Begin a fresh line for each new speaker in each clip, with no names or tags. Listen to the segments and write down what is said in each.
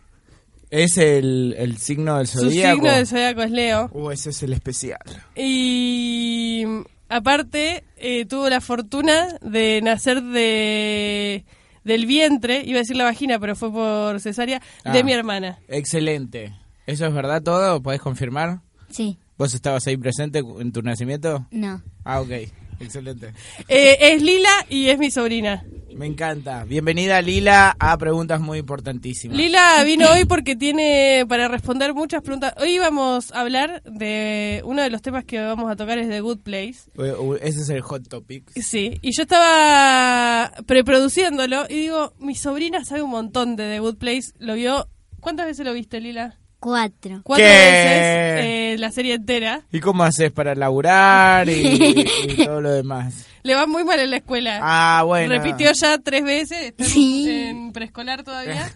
¿Es el, el signo del
Su
zodíaco?
signo del zodiaco es Leo.
Uh, ese es el especial.
Y mm, aparte eh, tuvo la fortuna de nacer de del vientre, iba a decir la vagina, pero fue por cesárea,
Ah.
de mi hermana.
Excelente. ¿Eso es verdad todo? ¿Podés confirmar?
Sí,
¿Vos estabas ahí presente cu- en tu nacimiento?
no.
Ah, ok. Excelente.
Eh, es Lila y es mi sobrina.
Me encanta. Bienvenida, Lila, a preguntas muy importantísimas.
Lila vino hoy porque tiene para responder muchas preguntas. Hoy vamos a hablar de uno de los temas que vamos a tocar es The Good Place.
Uh, uh, Ese es el hot topic.
Sí, y yo estaba preproduciéndolo y digo, mi sobrina sabe un montón de The Good Place, lo vio... ¿Cuántas veces lo viste, Lila?
Cuatro.
cuatro
¿Qué?
veces eh, la serie entera.
¿Y cómo haces para laburar y, y todo lo demás?
Le va muy mal en la escuela.
Ah, bueno.
Repitió ya tres veces, está en-
Sí.
en preescolar todavía.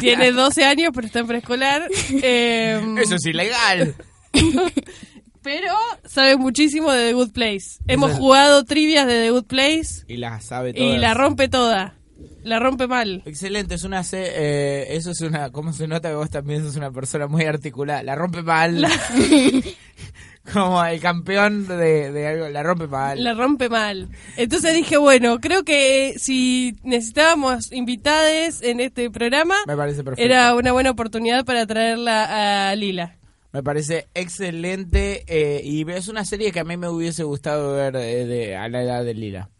Tiene 12 años, pero está en preescolar. Em,
Eso es ilegal.
Pero sabe muchísimo de The Good Place. Hemos
Eso es-
jugado trivias de The Good Place
Y la sabe todo.
y la rompe toda. La rompe mal.
Excelente, es una se- eh, eso es una cómo se nota que vos también sos una persona muy articulada, la rompe mal. Como el campeón de, de algo, la rompe mal.
La rompe mal. Entonces dije, bueno, creo que si necesitábamos invitades en este programa,
Me parece perfecto.
era una buena oportunidad para traerla a Lila.
Me parece excelente eh, y es una serie que a mí me hubiese gustado ver eh, de- a la edad de Lila.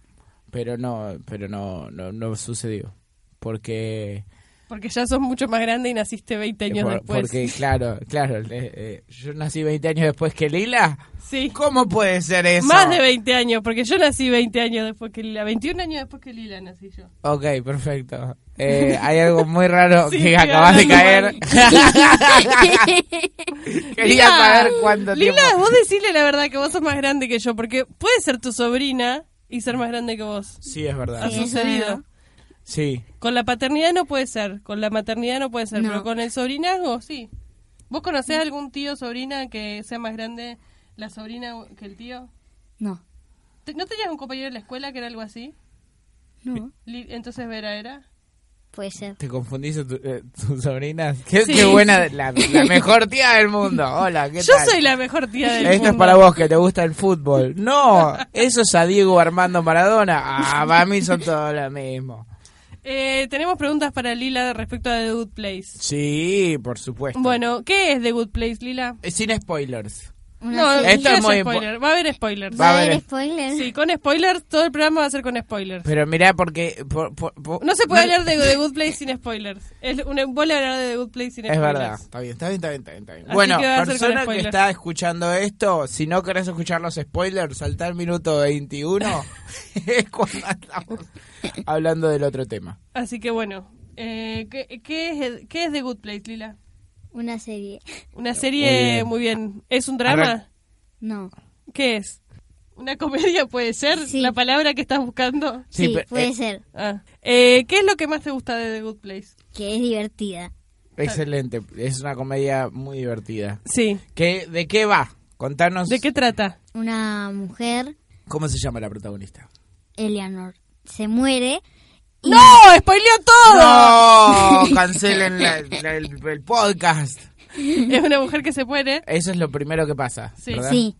Pero no, pero no no, no sucedió. Porque
Porque ya sos mucho más grande y naciste 20 años
por-
después.
porque claro, claro, eh, eh, yo nací 20 años después que Lila.
Sí,
¿Cómo puede ser eso?
más de 20 años, porque yo nací 20 años después que Lila. 21 años después que Lila nací yo.
Ok, perfecto. Eh, hay algo muy raro
Sí,
que
estoy
acabas de
hablando
caer. Quería
Lila,
saber cuánto
Lila,
tiempo.
vos decirle la verdad que vos sos más grande que yo, porque puede ser tu sobrina y ser más grande que vos.
Sí, es verdad.
Ha
Sí, es
sucedido.
verdad.
Sí.
Con la paternidad no puede ser, con la maternidad no puede ser,
No.
pero con el sobrinazgo sí. ¿Vos conocés algún tío, sobrina que sea más grande la sobrina que el tío?
No,
¿Te- ¿No tenías un compañero en la escuela que era algo así?
no.
Li- Entonces Vera era.
Puede ser.
¿Te confundís con tu- eh, tus sobrinas? ¿Qué,
Sí.
qué buena, la, la mejor tía del mundo. Hola, ¿qué
Yo
tal?
soy la mejor tía del
Esto
mundo.
es para vos que te gusta el fútbol. No, eso es a Diego Armando Maradona. Ah, para mí son todos lo mismo.
Eh, tenemos preguntas para Lila respecto a The Good Place.
Sí, por supuesto.
Bueno, ¿qué es The Good Place, Lila?
Eh, sin spoilers.
Una
No,
serie.
Esto
ya
es
es
muy
spoiler. Va a haber spoilers.
Va a
¿Va a haber
haber-
spoiler?
Sí, con spoilers. Todo el programa va a ser con spoilers.
Pero mirá, porque. por- por- por-
No se puede hablar de The Good Place sin spoilers. Es un embole hablar de The Good Place sin
Es
spoilers.
verdad, está bien, está bien, está bien, está bien. está bien.
Así
Bueno,
que va a ser con
persona que
spoilers.
está escuchando esto, si no querés escuchar los spoilers, saltar minuto 21 es cuando estamos hablando del otro tema.
Así que bueno, eh, ¿qué, qué es, ¿qué es The Good Place, Lila?
Una serie.
Eh,
Una serie muy bien. ¿Es un drama?
Arran-
No.
¿Qué es? ¿Una comedia puede ser
Sí.
la palabra que estás buscando?
Sí,
Sí,
pero,
puede
eh,
ser.
Ah. Eh, ¿Qué es lo que más te gusta de The Good Place?
Que es divertida.
Excelente, es una comedia muy divertida.
Sí.
¿Qué, ¿De qué va? Contanos
¿De qué trata?
Una mujer,
cómo se llama la protagonista.
Eleanor, se muere. y-
¡No! ¡Spoileó todo!
¡No! Cancelen la- la- el, el podcast.
Es una mujer que se muere.
Eso es lo primero que pasa.
Sí.
¿verdad?
Sí.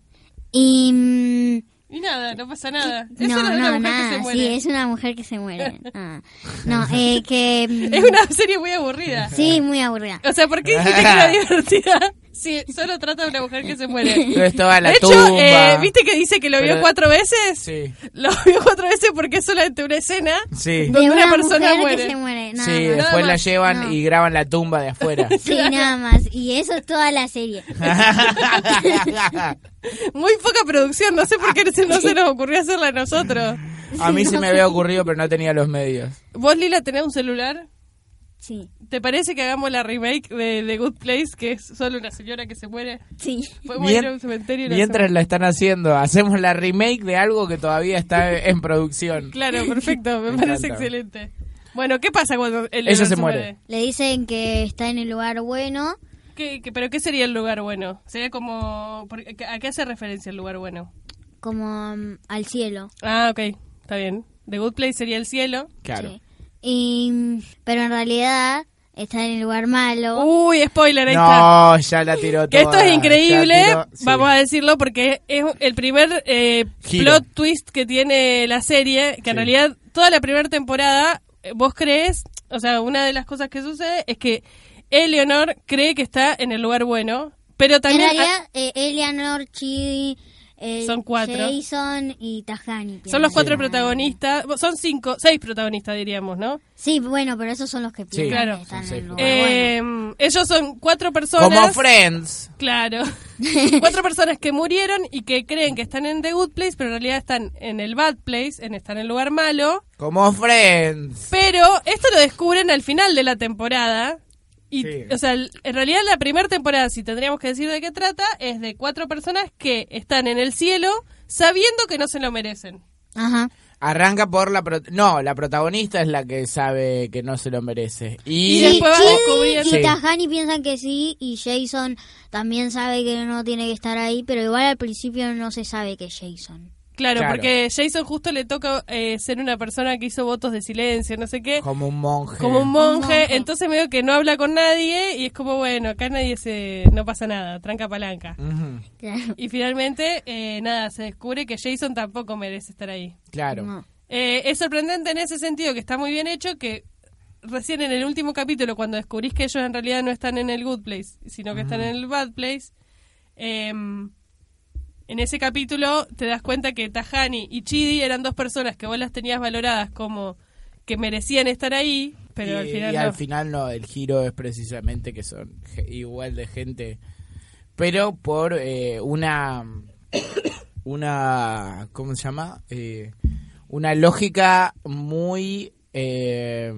Y mm,
Y nada, no pasa nada. Eso
No,
era de una mujer
no,
que se
nada. Sí,
muere.
es una mujer que se muere. Ah. No, eh, que. mm,
Es una serie muy aburrida.
Sí, muy aburrida.
O sea, ¿por qué dijiste que era divertida? Sí, solo trata de una mujer que se muere.
Pero esto va a la
de hecho,
tumba.
eh, ¿viste que dice que lo vio
Pero-
cuatro veces?
Sí.
Lo vio cuatro veces porque es solamente una escena.
Sí.
De
Donde una
una
persona
mujer
muere.
que se muere.
sí,
Nada más.
después la
más.
llevan
No.
y graban la tumba de afuera.
Sí, nada más. Y eso es toda la serie.
Muy poca producción, no sé por qué se- no se nos ocurrió hacerla a nosotros.
A mí se me había ocurrido, pero no tenía los medios.
¿Vos, Lila, tenés un celular?
Sí,
¿Te parece que hagamos la remake de The Good Place, que es solo una señora que se muere?
sí.
Podemos
Mien-
ir a un cementerio y la
mientras
hacemos.
la están haciendo, hacemos la remake de algo que todavía está en producción.
Claro, perfecto, me,
Me
parece
encanta.
excelente. Bueno, ¿qué pasa cuando el
Ella
dolor
se muere.
Le dicen que está en el lugar bueno.
¿Qué- qué- ¿Pero qué sería el lugar bueno? ¿Sería como... por- ¿A qué hace referencia el lugar bueno?
como mm, al cielo.
Ah, ok, está bien. The Good Place sería el cielo.
Claro.
sí. Y, mm, pero en realidad está en el lugar malo.
Uy, spoiler, ahí está.
No, ya la tiró
Que esto
toda,
es increíble,
ya tiró- sí.
vamos a decirlo, porque es el primer eh,
Giro.
plot twist que tiene la serie, que en
Sí.
realidad toda la primera temporada eh, vos crees, o sea, una de las cosas que sucede es que Eleanor cree que está en el lugar bueno, pero
en
también
realidad, eh, Eleanor, Chidi, eh,
Son cuatro.
Jason y Tajani.
son los cuatro protagonistas, son cinco, seis protagonistas diríamos, ¿no?
Sí, bueno, pero esos son los que piensan
Claro.
que están
Son
en el
seis.
lugar
Eh, Ellos son cuatro personas.
Como Friends.
Claro. Cuatro personas que murieron y que creen que están en The Good Place, pero en realidad están en el Bad Place, en están en el lugar malo.
Como Friends.
Pero esto lo descubren al final de la temporada. Y,
Sí.
O sea, el- en realidad la primera temporada, si tendríamos que decir de qué trata, es de cuatro personas que están en el cielo sabiendo que no se lo merecen.
bueno. Ajá.
Arranca por la... pro- No, la protagonista es la que sabe que no se lo merece.
Y
Y...
Sí,
después va
Chidi
descubriendo-
y
Sí.
Tajani piensan que sí y Jason también sabe que no tiene que estar ahí, pero igual al principio no se sabe que es Jason.
Claro,
Claro.
porque Jason justo le toca eh, ser una persona que hizo votos de silencio, no sé qué.
Como un monje.
como un
Un
monje,
monje.
entonces medio que no habla con nadie y es como, bueno, acá nadie se... no pasa nada, tranca palanca.
Ujú,
Claro.
Y finalmente, eh, nada, se descubre que Jason tampoco merece estar ahí.
Claro.
No.
Eh, es sorprendente en ese sentido que está muy bien hecho que recién en el último capítulo, cuando descubrís que ellos en realidad no están en el good place, sino que están en el bad place, em, en ese capítulo te das cuenta que Tajani y Chidi eran dos personas que vos las tenías valoradas como que merecían estar ahí, pero
y,
al final
y
no.
al final no, el giro es precisamente que son ge- igual de gente, pero por eh, una, una, ¿cómo se llama? Eh, una lógica muy, eh,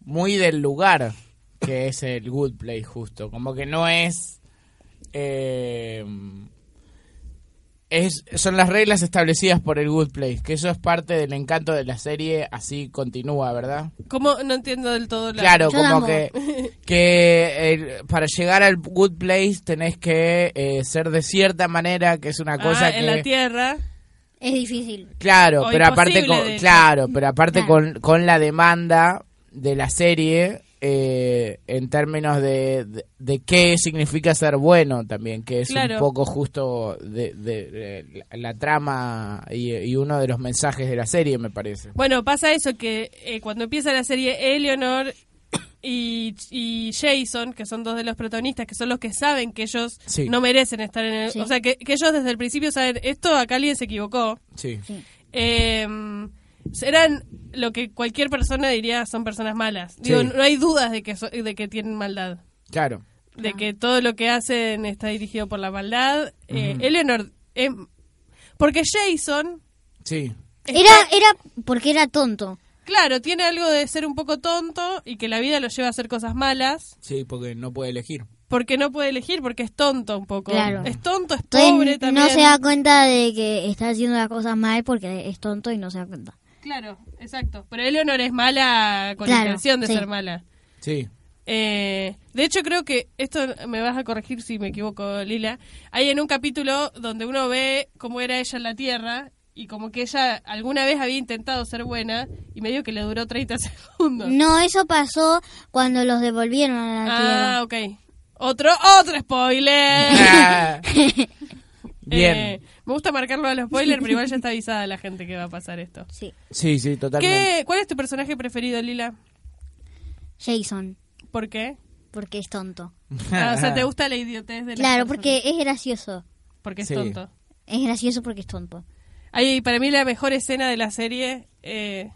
muy del lugar, que es el good play justo, como que no es... eh, es, son las reglas establecidas por el Good Place, que eso es parte del encanto de la serie, así continúa, ¿verdad?
¿Cómo? No entiendo del todo la...
Claro,
Yo
como
tampoco.
que, que el- para llegar al good place tenés que eh, ser de cierta manera, que es una
Ah,
cosa que...
en la tierra.
Es difícil.
Claro,
O
pero aparte
imposible,
con,
de hecho.
claro, pero aparte
Claro.
con, con la demanda de la serie eh, en términos de, de, de qué significa ser bueno también, que es
Claro.
un poco justo de, de- de la, la trama y, y uno de los mensajes de la serie, me parece.
Bueno, pasa eso que eh, cuando empieza la serie Eleanor y, y Jason, que son dos de los protagonistas, que son los que saben que ellos
Sí.
no merecen estar en el...
Sí.
O sea, que, que ellos desde el principio saben, esto acá alguien se equivocó.
Sí.
Sí.
Eh, serán lo que cualquier persona diría son personas malas. Digo,
Sí.
no hay dudas de que, so- de que tienen maldad.
Claro.
De que todo lo que hacen está dirigido por la maldad. Eh, Eleanor... es- porque Jason...
Sí.
Era, era porque era tonto.
Claro, tiene algo de ser un poco tonto y que la vida lo lleva a hacer cosas malas
Sí, porque no puede elegir.
porque no puede elegir, porque es tonto un poco.
Claro.
Es tonto, es
Entonces,
pobre también.
no se da cuenta de que está haciendo las cosas mal porque es tonto y no se da cuenta.
Claro, exacto. Pero Eleanor es mala con
Claro,
intención de
sí.
ser mala.
Sí.
Eh, de hecho, creo que esto me vas a corregir si me equivoco, Lila. Hay en un capítulo donde uno ve cómo era ella en la Tierra y como que ella alguna vez había intentado ser buena y medio que le duró 30 segundos.
No, eso pasó cuando los devolvieron a la
ah, ok. Otro, otro spoiler.
Bien.
Eh, me gusta marcarlo a los spoilers, pero igual ya está avisada la gente que va a pasar esto.
Sí,
Sí, sí, totalmente.
¿Qué, ¿Cuál es tu personaje preferido, Lila?
Jason,
¿Por qué?
porque es tonto.
Ah, o sea, ¿te gusta la idiotez de la
Claro, porque es gracioso.
Porque es
Sí.
tonto.
Es gracioso porque es tonto.
Ay, para mí la mejor escena de la serie eh,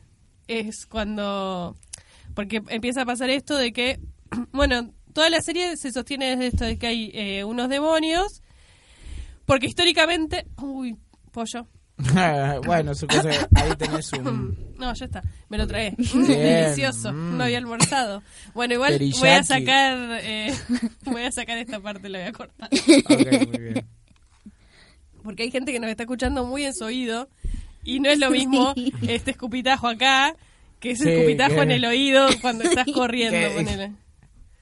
es cuando... Porque empieza a pasar esto de que... Bueno, toda la serie se sostiene desde esto de que hay eh, unos demonios. Porque históricamente... Uy, pollo.
bueno, supongo que ahí tenés un...
No, ya está. Me lo tragué.
Bien. Mm.
Delicioso. No había almorzado. Bueno, igual voy a
Teriyaki.
sacar... eh, voy a sacar esta parte, la voy a cortar.
Ok, muy bien.
porque hay gente que nos está escuchando muy en su oído y no es lo mismo este escupitajo acá que ese
Sí,
escupitajo
que-
en el oído cuando estás corriendo.
Que-
ponele.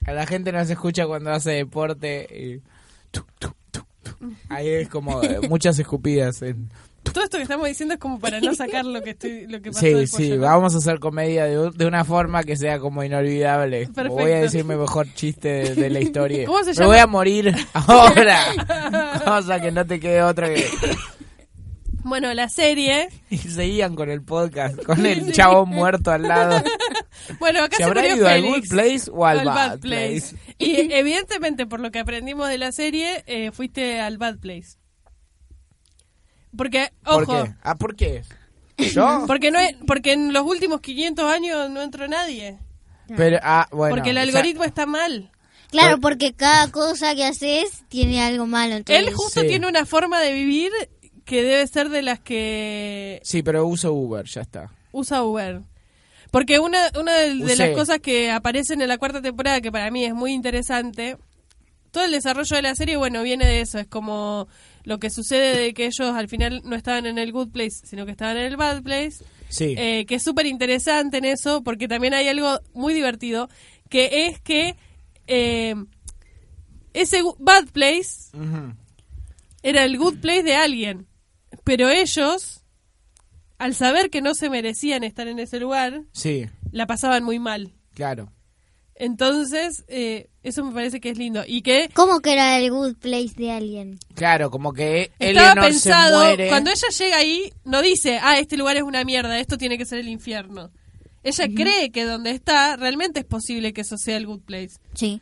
A la gente no se escucha cuando hace deporte y... tu, tu, tu, tu. Ahí es como eh, muchas escupidas. en-
Todo esto que estamos diciendo es como para no sacar lo que estoy, lo que pasó
Sí,
del
sí,
pollo, ¿no?
vamos a hacer comedia de, un- de una forma que sea como inolvidable. Como Voy a
Perfecto.
decir mi mejor chiste de, de la historia.
¿Cómo se
Me
llama?
voy a morir ahora. Cosa que no te quede otra que...
Bueno, la serie.
Y seguían con el podcast, con el chabón muerto al lado.
Bueno, acá se,
¿Se habrá
murió
ido al
Félix.
good place o al bad
Y evidentemente, por lo que aprendimos de la serie, eh, fuiste al bad place. Porque,
¿Por
ojo,
qué? Ah, ¿por qué? ¿Yo?
porque no es- porque en los últimos 500 años no entró nadie.
Pero, ah, bueno.
porque el
o sea,
algoritmo está mal.
Claro, porque cada cosa que haces tiene algo malo. Entonces,
Él justo
Sí.
tiene una forma de vivir que debe ser de las que
Sí, pero uso Uber, ya está.
usa Uber. Porque una, una de, de
Usé.
las cosas que aparecen en la cuarta temporada, que para mí es muy interesante, todo el desarrollo de la serie, bueno, viene de eso. Es como lo que sucede de que ellos al final no estaban en el good place, sino que estaban en el bad place.
Sí.
Eh, que es súper interesante en eso, porque también hay algo muy divertido, que es que eh, ese gu- bad place
Ujú.
era el good place de alguien. Pero ellos, al saber que no se merecían estar en ese lugar,
Sí,
la pasaban muy mal.
claro.
Entonces, eh, eso me parece que es lindo. Y que
¿cómo que era el good place de alguien?
Claro, como que él
estaba
no
pensado,
se muere.
cuando ella llega ahí, no dice, ah, este lugar es una mierda, esto tiene que ser el infierno. Ella cree que donde está realmente es posible que eso sea el good place.
Sí.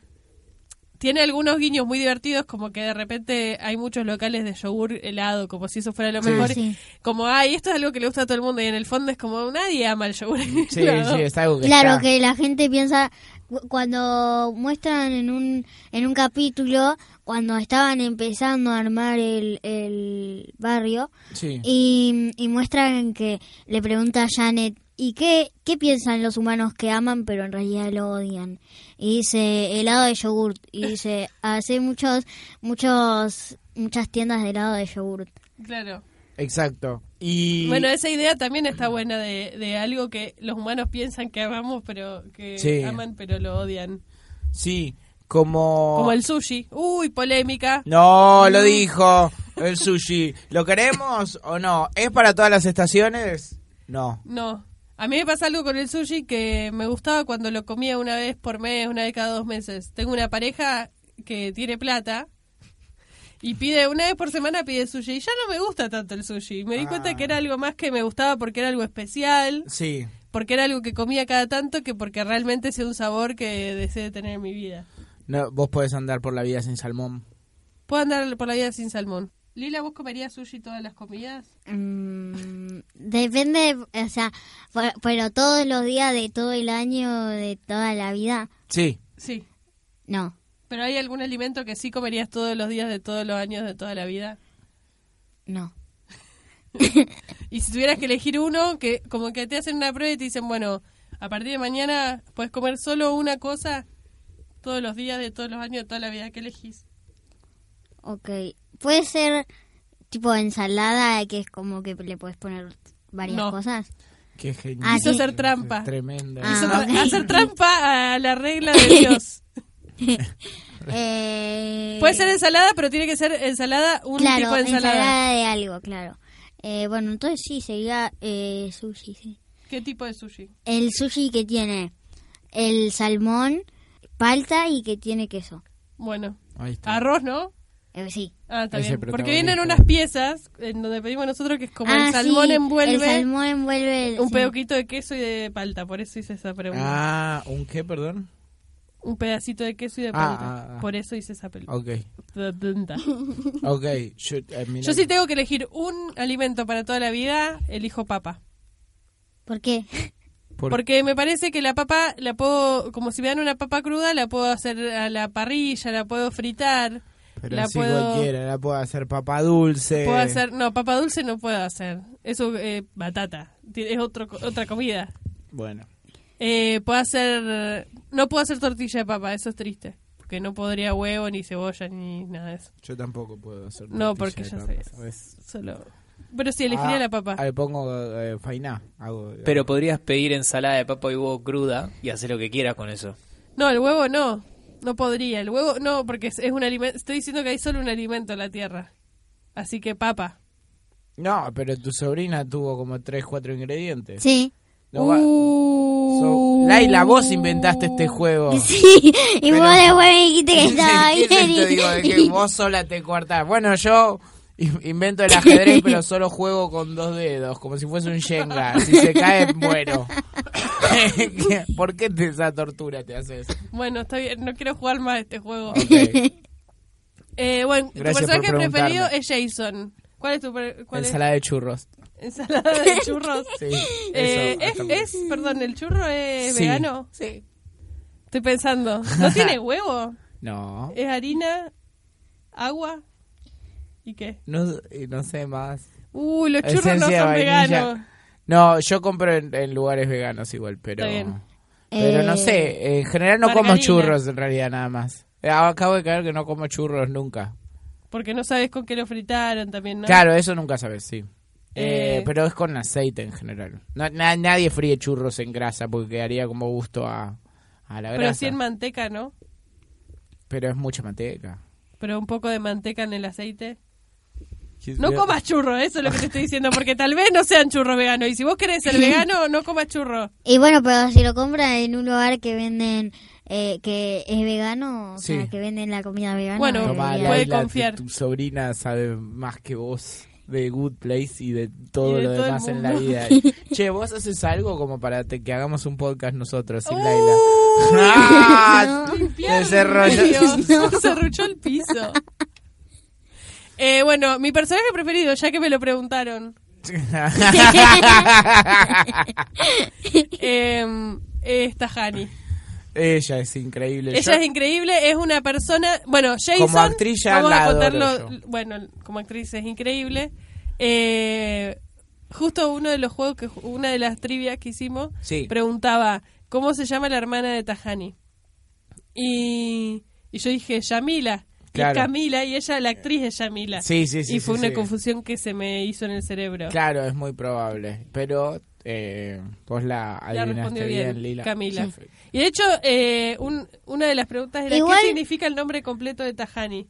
Tiene algunos guiños muy divertidos, como que de repente hay muchos locales de yogur helado, como si eso fuera lo
Sí.
mejor.
Sí.
Como, ay, esto es algo que le gusta a todo el mundo y en el fondo es como, nadie ama el yogur
Sí,
helado.
sí, está algo que
Claro
está.
que la gente piensa cu- cuando muestran en un en un capítulo cuando estaban empezando a armar el, el barrio
Sí.
y, y muestran que le pregunta a Janet ¿y qué, qué piensan los humanos que aman pero en realidad lo odian? Y dice helado de yogurt y dice hace muchos muchos muchas tiendas de helado de yogurt.
Claro.
Exacto. Y...
Bueno, esa idea también está buena de, de algo que los humanos piensan que amamos, pero que
Sí.
aman, pero lo odian.
Sí, como...
Como el sushi. Uy, polémica.
No, lo dijo el sushi. ¿Lo queremos o no? ¿Es para todas las estaciones? No.
No. A mí me pasa algo con el sushi que me gustaba cuando lo comía una vez por mes, una vez cada dos meses. Tengo una pareja que tiene plata y pide una vez por semana pide sushi. Y ya no me gusta tanto el sushi. Me di cuenta que era algo más que me gustaba porque era algo especial,
Sí.
porque era algo que comía cada tanto que porque realmente sea un sabor que desee tener en mi vida.
No, vos podés andar por la vida sin salmón.
Puedo andar por la vida sin salmón. Lila, ¿vos comerías sushi todas las comidas?
Mm, depende, o sea, por- pero todos los días de todo el año, de toda la vida,
Sí.
Sí.
no.
¿Pero hay algún alimento que sí comerías todos los días de todos los años de toda la vida?
No.
Y si tuvieras que elegir uno, que como que te hacen una prueba y te dicen, bueno, a partir de mañana puedes comer solo una cosa todos los días de todos los años de toda la vida que elegís.
Ok. Puede ser tipo ensalada, que es como que le puedes poner varias
No.
cosas.
Qué genial.
Ah,
Quiso
sí.
hacer trampa.
Tremendo.
Ah,
Quiso tra-
ok.
hacer trampa a la regla de Dios.
Eh,
Puede ser ensalada, pero tiene que ser ensalada, un
claro,
tipo de ensalada.
de algo, claro. Eh, bueno, entonces sí, sería eh, sushi, sí.
¿Qué tipo de sushi?
El sushi que tiene el salmón, palta y que tiene queso.
Bueno,
Ahí está.
arroz, ¿no?
Eh, sí.
Ah, está
Ese
bien.
protagonista.
Porque vienen unas piezas en donde pedimos nosotros que es como
Ah,
el salmón
sí,
envuelve
El salmón envuelve. el-
un
sí.
pedoquito de queso y de palta. Por eso hice esa pregunta.
Ah, ¿un qué, perdón?
Un pedacito de queso y de
Ah,
palta.
ah, ah.
Por eso hice esa pel-
Ok,
pregunta.
ok. Yo, eh, mira-
Yo si tengo que elegir un alimento para toda la vida, elijo papa.
¿Por qué?
por-
Porque me parece que la papa la puedo, como si me dan una papa cruda, la puedo hacer a la parrilla, la puedo fritar,
Pero
la
así
puedo-
cualquiera, la puedo hacer papa dulce.
puedo hacer, no, papa dulce no puedo hacer, eso eh, batata, Ti- es otro, co- otra comida.
Bueno,
Eh, puedo hacer, no puedo hacer tortilla de papa, eso es triste, porque no podría huevo ni cebolla ni nada de eso.
yo tampoco puedo hacer
No,
tortilla
porque
de
ya
papa,
sé,
¿sabes?
solo. Pero sí elegiría
Ah,
la papa.
ah, Le pongo eh, fainá. Hago, eh.
Pero podrías pedir ensalada de papa y huevo cruda y hacer lo que quieras con eso.
No, el huevo no. No podría. El huevo no, porque es, es un alimento. Estoy diciendo que hay solo un alimento en la tierra. Así que papa.
No, pero tu sobrina tuvo como 3, 4 ingredientes.
Sí.
No va-
Uh.
so- Laila, vos inventaste este juego.
Sí. Y
Pero-
vos después me dijiste que
Sí,
estaba
sí,
bien.
te digo de que vos sola te cortás. Bueno, yo in- invento el ajedrez, pero solo juego con dos dedos, como si fuese un Shenga. Si se cae, muero. ¿Por qué te, esa tortura te haces?
Bueno, está bien. No quiero jugar más a este juego.
Ok.
Eh, bueno, tu
Gracias por
personaje
preguntarme.
preferido es Jason. ¿Cuál es tu. pre- Cuál es?
Ensalada de churros.
Ensalada de churros.
Sí,
Eh,
eso,
es,
hasta-
es- perdón, ¿el churro es
Sí.
vegano? Sí. Estoy pensando. ¿No tiene huevo?
No.
¿Es harina? ¿Agua? ¿Y qué?
No, eh, no sé más.
Uy, los churros
Esencia de
no son
vainilla.
veganos.
No, yo compro en, en lugares veganos igual, pero...
Está bien.
Pero no
Eh,
sé, en general no como
margarina.
churros en realidad nada más. Eh, Acabo de caer que no como churros nunca.
Porque no sabes con qué lo fritaron también, ¿no?
Claro, eso nunca sabes, sí. Eh,
Eh.
pero es con aceite en general. No, na- nadie fríe churros en grasa porque quedaría como gusto a, a la
Pero
grasa.
sí en manteca, ¿no?
Pero es mucha manteca.
Pero un poco de manteca en el aceite.
Sí,
No
yo-
comas churro, eso es lo que te estoy diciendo, porque tal vez no sean churros veganos. Y si vos querés ser vegano, no comas churro.
Y bueno, pero si lo compran en un lugar que venden, eh, que es vegano, o
Sí.
sea, que venden la comida vegana.
Bueno,
Tomá,
debería-
puede
Laila, tu-
confiar.
Tu, sobrina sabe más que vos de Good Place y de todo
Y de
lo
todo el
demás en la
mundo.
vida. che, vos haces algo como para te- que hagamos un podcast nosotros sin
¡Uy!
Laila. ¡Ah!
Pierde,
Desarrolló-
Dios, Se arruchó el piso. Eh, bueno, mi personaje preferido, ya que me lo preguntaron. eh, es Tajani.
Ella es increíble.
Ella
Yo-
es increíble, es una persona. Bueno, Jason.
Como actriz ya
vamos
la
a
adoro
contarlo. Bueno, como actriz es increíble. Eh, justo uno de los juegos, que una de las trivias que hicimos,
Sí.
preguntaba: ¿Cómo se llama la hermana de Tajani? Y, y yo dije: Yamila. que es
Claro.
Camila y ella, la actriz es Yamila.
Sí, sí, sí,
Y fue
sí,
una
sí.
confusión que se me hizo en el cerebro.
Claro, es muy probable. Pero eh, vos la
La
adivinaste
respondió
bien,
bien,
Lila.
Camila.
Sí.
Y de hecho, eh, un- una de las preguntas era
Igual-
¿qué significa el nombre completo de Tajani?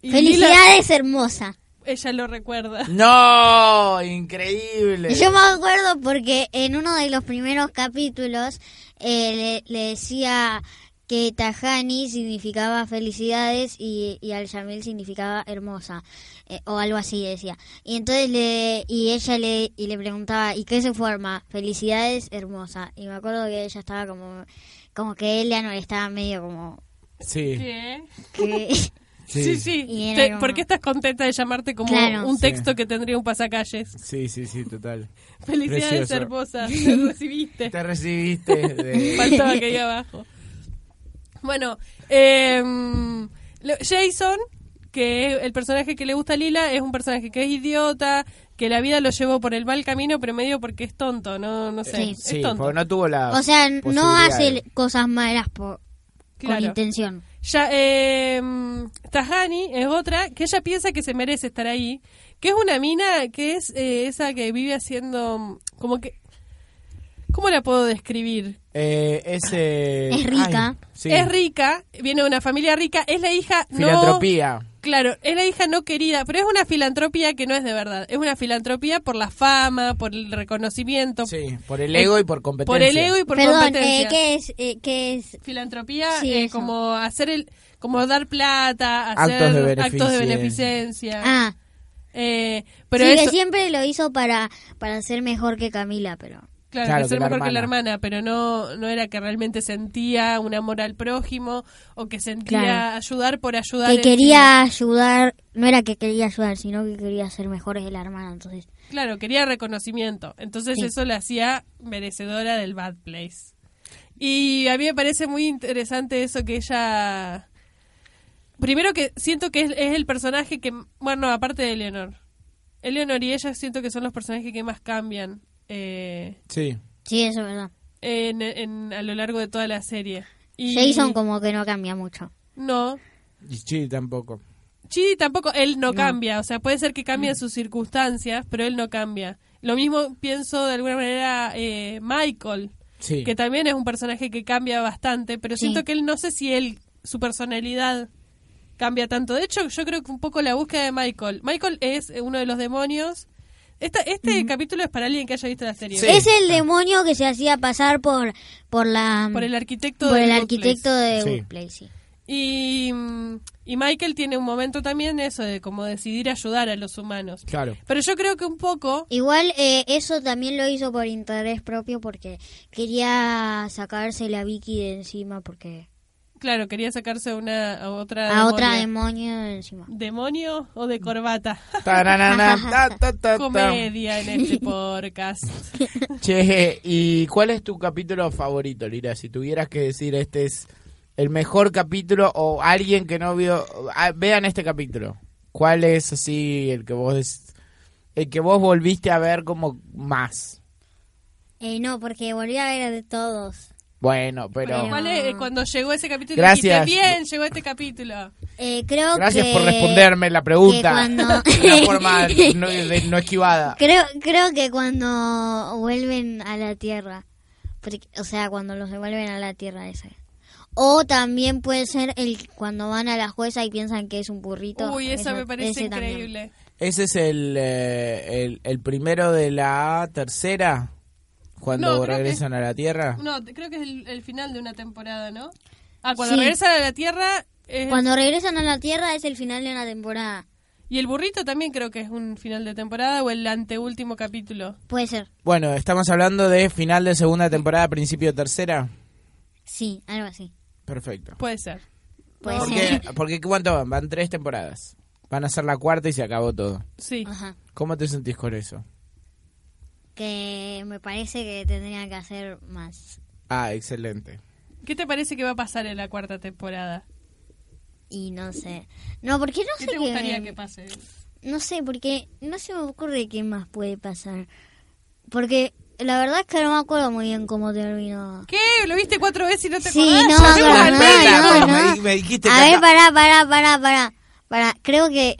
Y Lila,
Felicidades, hermosa.
ella lo recuerda.
¡No! ¡Increíble!
Yo me acuerdo porque en uno de los primeros capítulos eh, le, le decía que Tajani significaba felicidades y, y al Yamil significaba hermosa eh, o algo así decía. Y entonces le y ella le y le preguntaba ¿y qué se forma? Felicidades hermosa. Y me acuerdo que ella estaba como como que Eleanor estaba medio como
Sí.
¿Qué?
que
Sí,
Sí.
sí.
Y era
Te-
como-
¿Por qué estás contenta de llamarte como
Claro.
un
Sí.
texto que tendría un pasacalles?
Sí, sí, sí, total.
Felicidades,
Precioso.
hermosa. Te recibiste.
Te recibiste de...
Faltaba que iba abajo. Bueno, em, lo- Jason, que es el personaje que le gusta a Lila, es un personaje que es idiota, que la vida lo llevó por el mal camino, pero medio porque es tonto, no, no sé.
Sí.
es
Sí,
tonto.
porque no tuvo la
o sea, no
posibilidad
hace
de-
cosas malas por
Claro.
con intención.
Ya, em, Tajani es otra que ella piensa que se merece estar ahí, que es una mina que es eh, esa que vive haciendo mm, como que ¿Cómo la puedo describir?
Eh, es, eh,
Es rica.
ay, sí.
Es rica, viene de una familia rica, es la hija no-
Filantropía.
Claro, es la hija no querida, pero es una filantropía que no es de verdad. Es una filantropía por la fama, por el reconocimiento,
Sí, por el ego y por competencia.
por el ego y por
Perdón, eh,
competencia.
¿qué es eh, qué es
Filantropía
Sí,
eh,
eso.
como hacer el Como dar plata,
Actos
hacer
de
actos de
beneficencia.
beneficencia.
Ah,
Eh, pero
sí, que
eso,
siempre lo hizo para, para ser mejor que Camila, pero...
Claro,
Claro,
que ser
que la
mejor que la hermana, pero no, no era que realmente sentía un amor al prójimo o que sentía
Claro.
ayudar por ayudar. eh,
Que
en
quería ayudar, no era que quería ayudar, sino que quería ser mejor que la hermana, entonces...
sí. Claro, quería reconocimiento. Entonces
Sí.
eso la hacía merecedora del Bad Place. Y a mí me parece muy interesante eso que ella... Primero que siento que es, es el personaje que... Bueno, aparte de Eleanor. Eleanor y ella siento que son los personajes que más cambian eh,
Sí.
Sí, eso es verdad.
en- en- a lo largo de toda la serie. Y-
Jason como que no cambia mucho.
No,
Y sí, tampoco.
Chidi tampoco, él no, cambia, o sea, puede ser que cambie sus circunstancias, pero él no cambia. Lo mismo pienso de alguna manera eh, Michael,
Sí.
que también es un personaje que cambia bastante, pero
Sí.
siento que él no sé si él, su personalidad cambia tanto. De hecho, yo creo que un poco la búsqueda de Michael. Michael es eh, uno de los demonios. Esta, este capítulo es para alguien que haya visto la serie.
Sí.
Es el demonio que se hacía pasar por, por la...
Por el arquitecto
por
del
el
Good
arquitecto
Place.
de
Sí.
Woodplay, sí.
Y, mm, y Michael tiene un momento también eso de como decidir ayudar a los humanos.
Claro.
Pero yo creo que un poco
Igual eh, eso también lo hizo por interés propio porque quería sacarse la Vicky de encima porque
Claro, quería sacarse a una a otra
a otra
demonia.
demonio de encima.
demonio o de corbata.
Taranana, ta, ta, ta, ta.
Comedia en este podcast.
Che, ¿y cuál es tu capítulo favorito, Lira? Si tuvieras que decir este es el mejor capítulo o alguien que no vio, ah, vean este capítulo. ¿Cuál es así el que vos des- el que vos volviste a ver como más?
Eh, no, porque volví a ver de todos.
Bueno, pero
Bueno, ¿cuál es? Eh, cuando llegó ese capítulo
Gracias.
dijiste, bien, llegó este capítulo.
Eh, creo
gracias
que-
por responderme la pregunta.
que cuando-
De una forma no, de- no esquivada.
Creo, creo que cuando vuelven a la Tierra, porque- o sea, cuando los devuelven a la Tierra esa. O también puede ser el cuando van a la jueza y piensan que es un burrito.
Uy, esa
Eso-
me parece
ese también.
increíble.
Ese es el, eh, el, el primero de la tercera, cuando
No, creo que-
regresan a la Tierra.
No, te- creo que es el, el final de una temporada, ¿no? Ah, cuando
Sí.
regresan a la Tierra eh,
Cuando regresan a la Tierra es el final de una temporada.
y el burrito también creo que es un final de temporada o el anteúltimo capítulo.
Puede ser.
Bueno, estamos hablando de final de segunda temporada, principio de tercera.
Sí, algo así.
Perfecto.
Puede ser.
Puede
Porque,
ser.
porque ¿cuánto van? Van tres temporadas. Van a ser la cuarta y se acabó todo.
Sí.
Ajá.
¿Cómo te sentís con eso?
Que me parece que tendrían que hacer más.
Ah, excelente.
¿Qué te parece que va a pasar en la cuarta temporada?
Y no sé. No, porque no
¿Qué
sé
te gustaría
me-
que pase?
No sé, porque no se me ocurre qué más puede pasar. Porque la verdad es que no me acuerdo muy bien cómo terminó.
¿Qué? ¿Lo viste cuatro veces y no te
Sí,
acordás?
no,
Llamemos
no,
al
no,
médico.
Espera,
no,
me
no.
di- me dijiste que
A ver,
acá-
pará, pará, pará, pará. Pará, creo que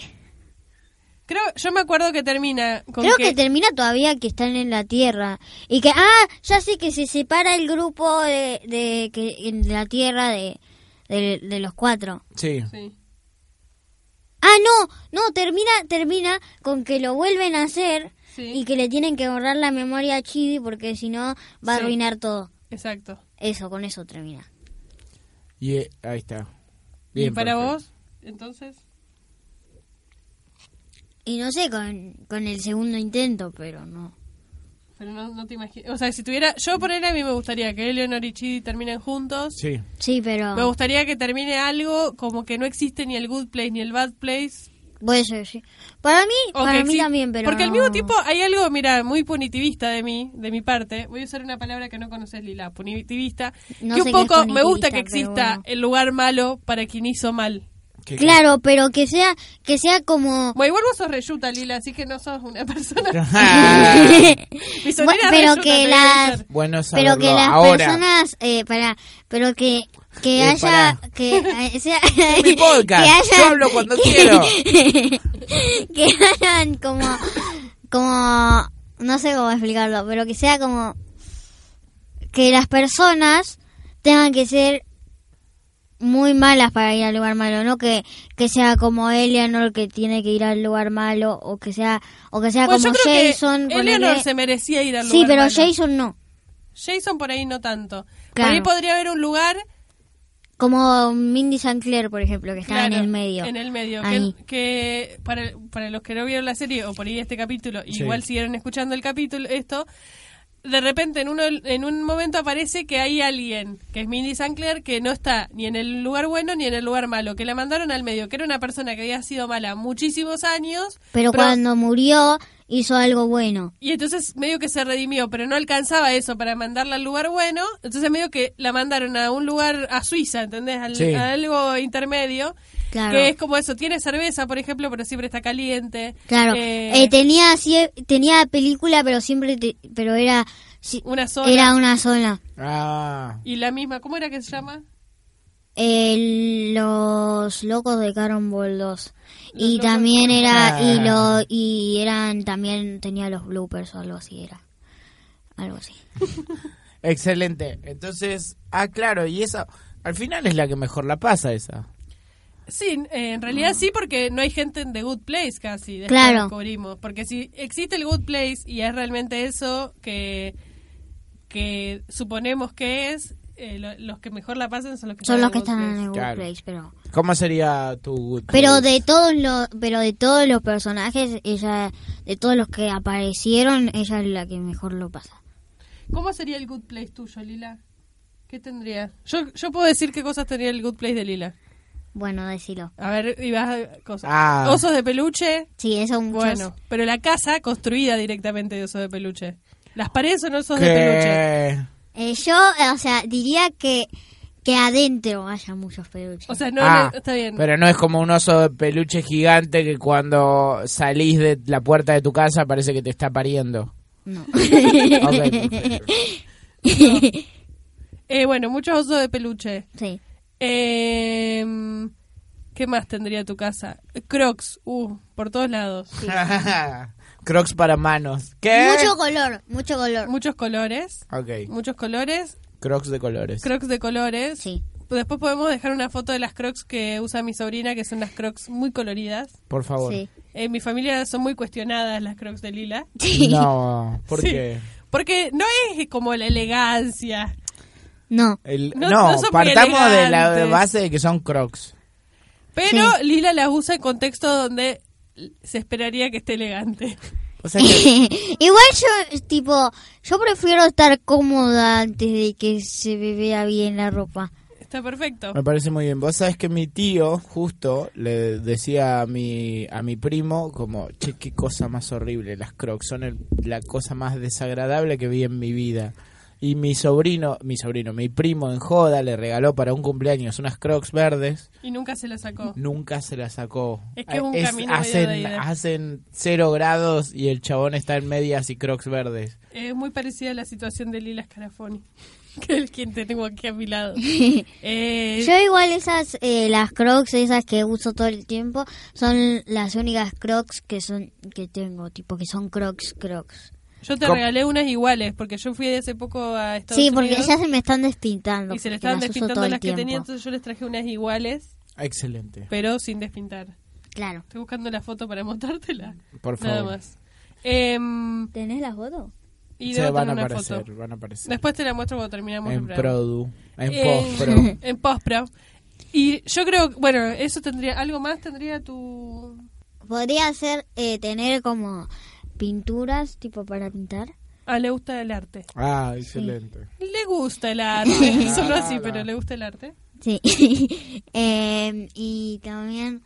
Creo, yo me acuerdo que termina con
creo que...
que,
termina todavía que están en la Tierra y que ah, ya sé que se separa el grupo de de, que, de la Tierra de, de de los cuatro.
Sí.
Sí.
Ah, no, no, termina, termina con que lo vuelven a hacer
Sí.
y que le tienen que borrar la memoria a Chibi porque si no va a
Sí.
arruinar todo.
Exacto.
Eso, con eso termina.
Y eh, ahí está.
¿Y
Bien,
para
perfecto.
vos? Entonces.
Y no sé, con, con el segundo intento, pero no.
Pero no, no te imagino. O sea, si tuviera. Yo por él a mí me gustaría que Eleonor y Chidi terminen juntos.
Sí.
Sí, pero...
Me gustaría que termine algo como que no existe ni el good place ni el bad place.
Puede ser, sí. Para mí,
O
para
que
mí
exi-
también, pero
Porque al
no.
mismo tiempo hay algo, mira, muy punitivista de mí, de mi parte. Voy a usar una palabra que no conoces, Lila, punitivista.
No
que
sé
un
qué es
poco me gusta
punitivista,
que exista
pero bueno.
el lugar malo para quien hizo mal.
¿Qué-
Claro, pero que sea, que sea como...
Bueno, igual vos sos reyuta, Lila, así que no sos una persona.
Ah,
Mi sobrina
Bueno, pero
reyuta,
que
te voy a
las-
hacer.
bueno saberlo.
Pero que las
Ahora.
personas, eh, para, pero que, que
Eh,
haya,
pará.
que, eh, sea,
Mi podcast.
que haya-
Yo hablo cuando quiero.
que hayan como, como, no sé cómo explicarlo, pero que sea como, que las personas tengan que ser muy malas para ir al lugar malo, no que, que sea como Eleanor que tiene que ir al lugar malo, o que sea, o que sea
Bueno, Pues yo
como
creo que
Jason.
Eleanor
ponele.
se merecía ir al
sí,
lugar
pero
malo.
Jason no.
Jason por ahí no tanto. Por
Claro.
ahí podría haber un lugar
Como Mindy Sinclair, por ejemplo, que está en
Claro,
el medio.
En el medio.
Ahí.
Que, que para, para los que no vieron la serie o por ahí este capítulo, igual siguieron escuchando el capítulo, esto, de repente en, uno, en un momento aparece que hay alguien, que es Mindy Sinclair, que no está ni en el lugar bueno ni en el lugar malo, que la mandaron al medio, que era una persona que había sido mala muchísimos años.
Pero cuando murió, hizo algo bueno.
Y entonces medio que se redimió, pero no alcanzaba eso para mandarla al lugar bueno. Entonces medio que la mandaron a un lugar, a Suiza, ¿entendés? Al-
Sí.
A algo intermedio.
Claro.
Que es como eso, tiene cerveza, por ejemplo, pero siempre está caliente.
Claro,
Eh,
Eh, tenía sie- tenía película, pero siempre te- pero era si-
una sola.
era una sola.
Ah,
Y la misma, ¿cómo era que se llama?
El- los locos de Carambol 2. Y también era y
Ah.
lo y eran también tenía los bloopers o algo así era. Algo así.
excelente. Entonces, ah, claro, y esa, al final es la que mejor la pasa esa.
Sí, eh, en realidad sí, porque no hay gente en The Good Place casi. después
Claro.
Descubrimos. Porque si existe el Good Place y es realmente eso que, que suponemos que es, eh, lo- los que mejor la pasan son los que
Son los
en
que
Good
están en el
Place.
Good
Claro.
Place, pero
¿Cómo sería tu good
pero
place?
de todos los pero de todos los personajes ella de todos los que aparecieron ella es la que mejor lo pasa.
¿Cómo sería el Good Place tuyo, Lila? ¿Qué tendría? Yo, yo puedo decir qué cosas tendría el Good Place de Lila.
Bueno, decilo.
A ver, y vas a cosas.
Ah.
Osos de peluche.
Sí, eso muchos.
Bueno, pero la casa construida directamente de osos de peluche. Las paredes son osos de peluche.
Que-
Eh, yo, eh, o sea, diría que, que adentro haya muchos peluches.
O sea, no,
Ah,
no, está bien.
Pero no es como un oso de peluche gigante que cuando salís de la puerta de tu casa parece que te está pariendo.
no.
Ok, perfecto.
Eh, bueno, muchos osos de peluche.
sí.
Eh, ¿Qué más tendría tu casa? Crocs, uh, por todos lados.
Crocs para manos. ¿Qué?
eh.
Mucho color, mucho color.
Muchos colores.
Ok,
Muchos colores.
Crocs de colores.
Crocs de colores.
Sí.
Después podemos dejar una foto de las crocs que usa mi sobrina, que son unas crocs muy coloridas.
Por favor.
Sí.
En mi familia son muy cuestionadas las crocs de Lila.
No,
Sí.
porque
Porque no es como la elegancia.
No.
el-
No-
no,
no son muy
partamos de la
elegantes.
base de que son Crocs.
Pero Lila las usa en contexto donde se esperaría que esté elegante.
O sea que-
Igual yo, tipo, yo prefiero estar cómoda antes de que se me vea bien la ropa.
Está perfecto.
Me parece muy bien. Vos sabés que mi tío, justo, le decía a mi, a mi primo, como, che, qué cosa más horrible las crocs, son el- la cosa más desagradable que vi en mi vida. Y mi sobrino, mi sobrino, mi primo en joda le regaló para un cumpleaños unas crocs verdes,
Y nunca se la sacó.
nunca se las sacó.
Es que es un camino medio de
hacen,
ida.
hacen cero grados y el chabón está en medias y crocs verdes.
Es muy parecida a la situación de Lila Scarafoni, que es quien tengo aquí a mi lado. Eh,
Yo igual esas, eh, las crocs esas que uso todo el tiempo, son las únicas crocs que son, que tengo, tipo, que son crocs, crocs.
yo te
Com-
regalé unas iguales, porque yo fui hace poco a Estados
Sí, porque
Unidos
ya se me están despintando.
y se le
porque
estaban
las uso
despintando
todo el
las que
tiempo.
tenía, entonces yo les traje unas iguales,
Excelente.
pero sin despintar.
Claro.
Estoy buscando la foto para mostrártela.
Por
Nada
favor.
más. Em,
¿Tenés la foto?
y
Se
debo
van
tener
a
una
aparecer,
foto.
van a aparecer.
Después te la muestro cuando terminamos
En
el programa.
produ, en
Eh,
post-pro.
En post-pro. Y yo creo, bueno, eso tendría, algo más tendría tu...
Podría ser eh, tener como pinturas tipo para pintar.
Ah, le gusta el arte.
Ah, excelente.
Le gusta el arte, solo así, pero le gusta el arte.
Sí. Em, y también...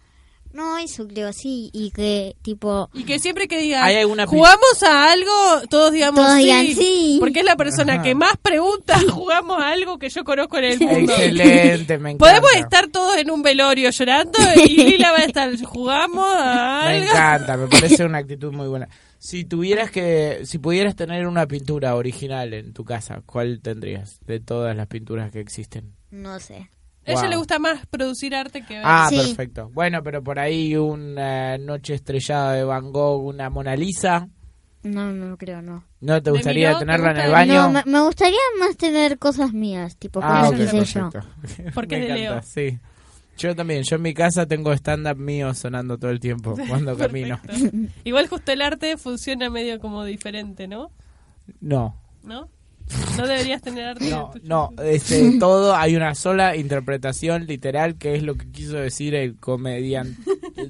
No, eso creo, sí. Y que tipo...
Y que siempre que diga,
¿Hay alguna pi-
jugamos a algo, todos digamos
Todos
sí,
digan sí.
Porque es la persona que más pregunta, jugamos a algo que yo conozco en el mundo.
Excelente, me encanta.
Podemos estar todos en un velorio llorando y Lila va a estar, jugamos a
Me
algo.
encanta, me parece una actitud muy buena. Si tuvieras que, si pudieras tener una pintura original en tu casa, ¿cuál tendrías de todas las pinturas que existen?
No sé.
A ella
Wow.
le gusta más producir arte que ver.
Ah,
Sí.
perfecto. Bueno, pero por ahí una noche estrellada de Van Gogh, una Mona Lisa,
No, no creo, no.
¿no te
Me
gustaría
miró,
tenerla
me
en el
gusta-
baño?
No, me, me gustaría más tener cosas mías, tipo
Ah,
cosas
ok,
que hice yo.
perfecto.
Porque
me
es de
encanta,
Leo.
sí. Yo también, yo en mi casa tengo stand-up mío sonando todo el tiempo cuando camino.
Perfecto. Igual justo el arte funciona medio como diferente, ¿no?
No,
¿No? No deberías tener arte.
No,
tuyo.
no, este, todo, hay una sola interpretación literal que es lo que quiso decir el comediante,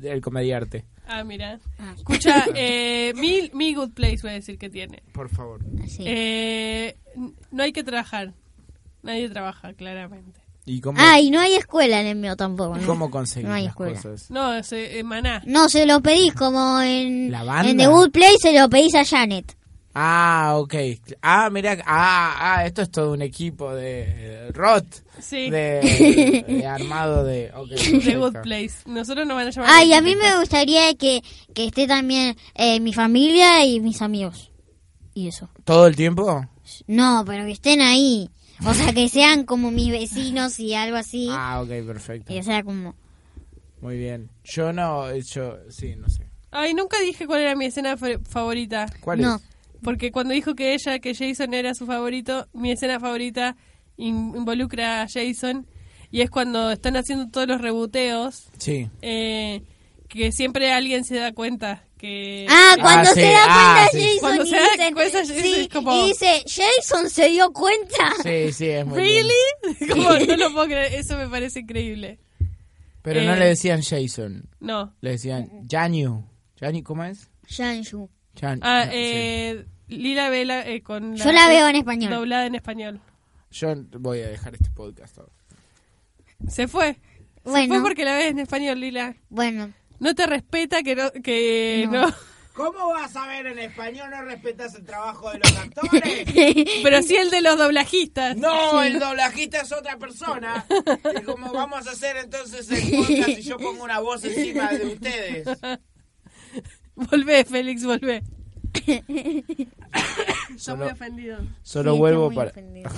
el comediarte.
Ah, mira. Escucha, eh, mi, mi good place voy a decir que tiene.
Por favor.
Así.
Eh, n- no hay que trabajar. Nadie trabaja, claramente.
¿Y cómo,
Ah, y no hay escuela en el mío tampoco. ¿no?
cómo conseguir
No hay
las
escuela.
cosas?
No, es eh, maná.
No, se lo pedís como en,
¿La banda?
en The Good Place, se lo pedís a Janet.
Ah, ok. Ah, mira, ah, ah, esto es todo un equipo de eh, Rot.
Sí.
De, de armado de... ok,
The
perfecto.
good place. Nosotros nos van a llamar.
Ay, a mí me gustaría que, que esté también eh, mi familia y mis amigos. Y eso.
¿Todo el tiempo?
No, pero que estén ahí. O sea, que sean como mis vecinos y algo así.
Ah, ok, perfecto.
Que sea como...
Muy bien. Yo no, yo, sí, no sé.
Ay, nunca dije cuál era mi escena fa- favorita.
¿Cuál
No.
es?
Porque cuando dijo que ella, que Jason era su favorito, mi escena favorita in- involucra a Jason. Y es cuando están haciendo todos los reboteos.
Sí.
eh, que siempre alguien se da cuenta que.
Ah,
que-
cuando
Ah,
se
sí,
da cuenta
ah, sí.
Jason
Cuando
y
se da
dicen-
cuenta Jason
sí,
es como-
y dice, Jason se dio cuenta.
Sí, sí, es muy bien.
¿Really? Como, no lo puedo creer. Eso me parece increíble.
Pero no
Eh.
le decían Jason,
No.
le decían Janu. ¿Janu cómo es?
Shanshu.
Jan-
Ah,
no, sí.
eh, Lila Vela eh, con.
Yo la veo en español.
Doblada en español.
Yo voy a dejar este podcast ahora.
Se fue. Se
Bueno.
fue porque la ves en español, Lila.
Bueno,
No te respeta que no. Que no.
No.
¿Cómo vas a ver en español? ¿No respetas el trabajo de los actores?
Pero sí el de los doblajistas.
No, el doblajista es otra persona. ¿Y cómo vamos a hacer entonces el podcast si yo pongo una voz encima de ustedes?
Volvé, Félix, volvé. Yo me
Solo-
he ofendido.
Solo
Sí,
vuelvo
está muy
para...
ofendido.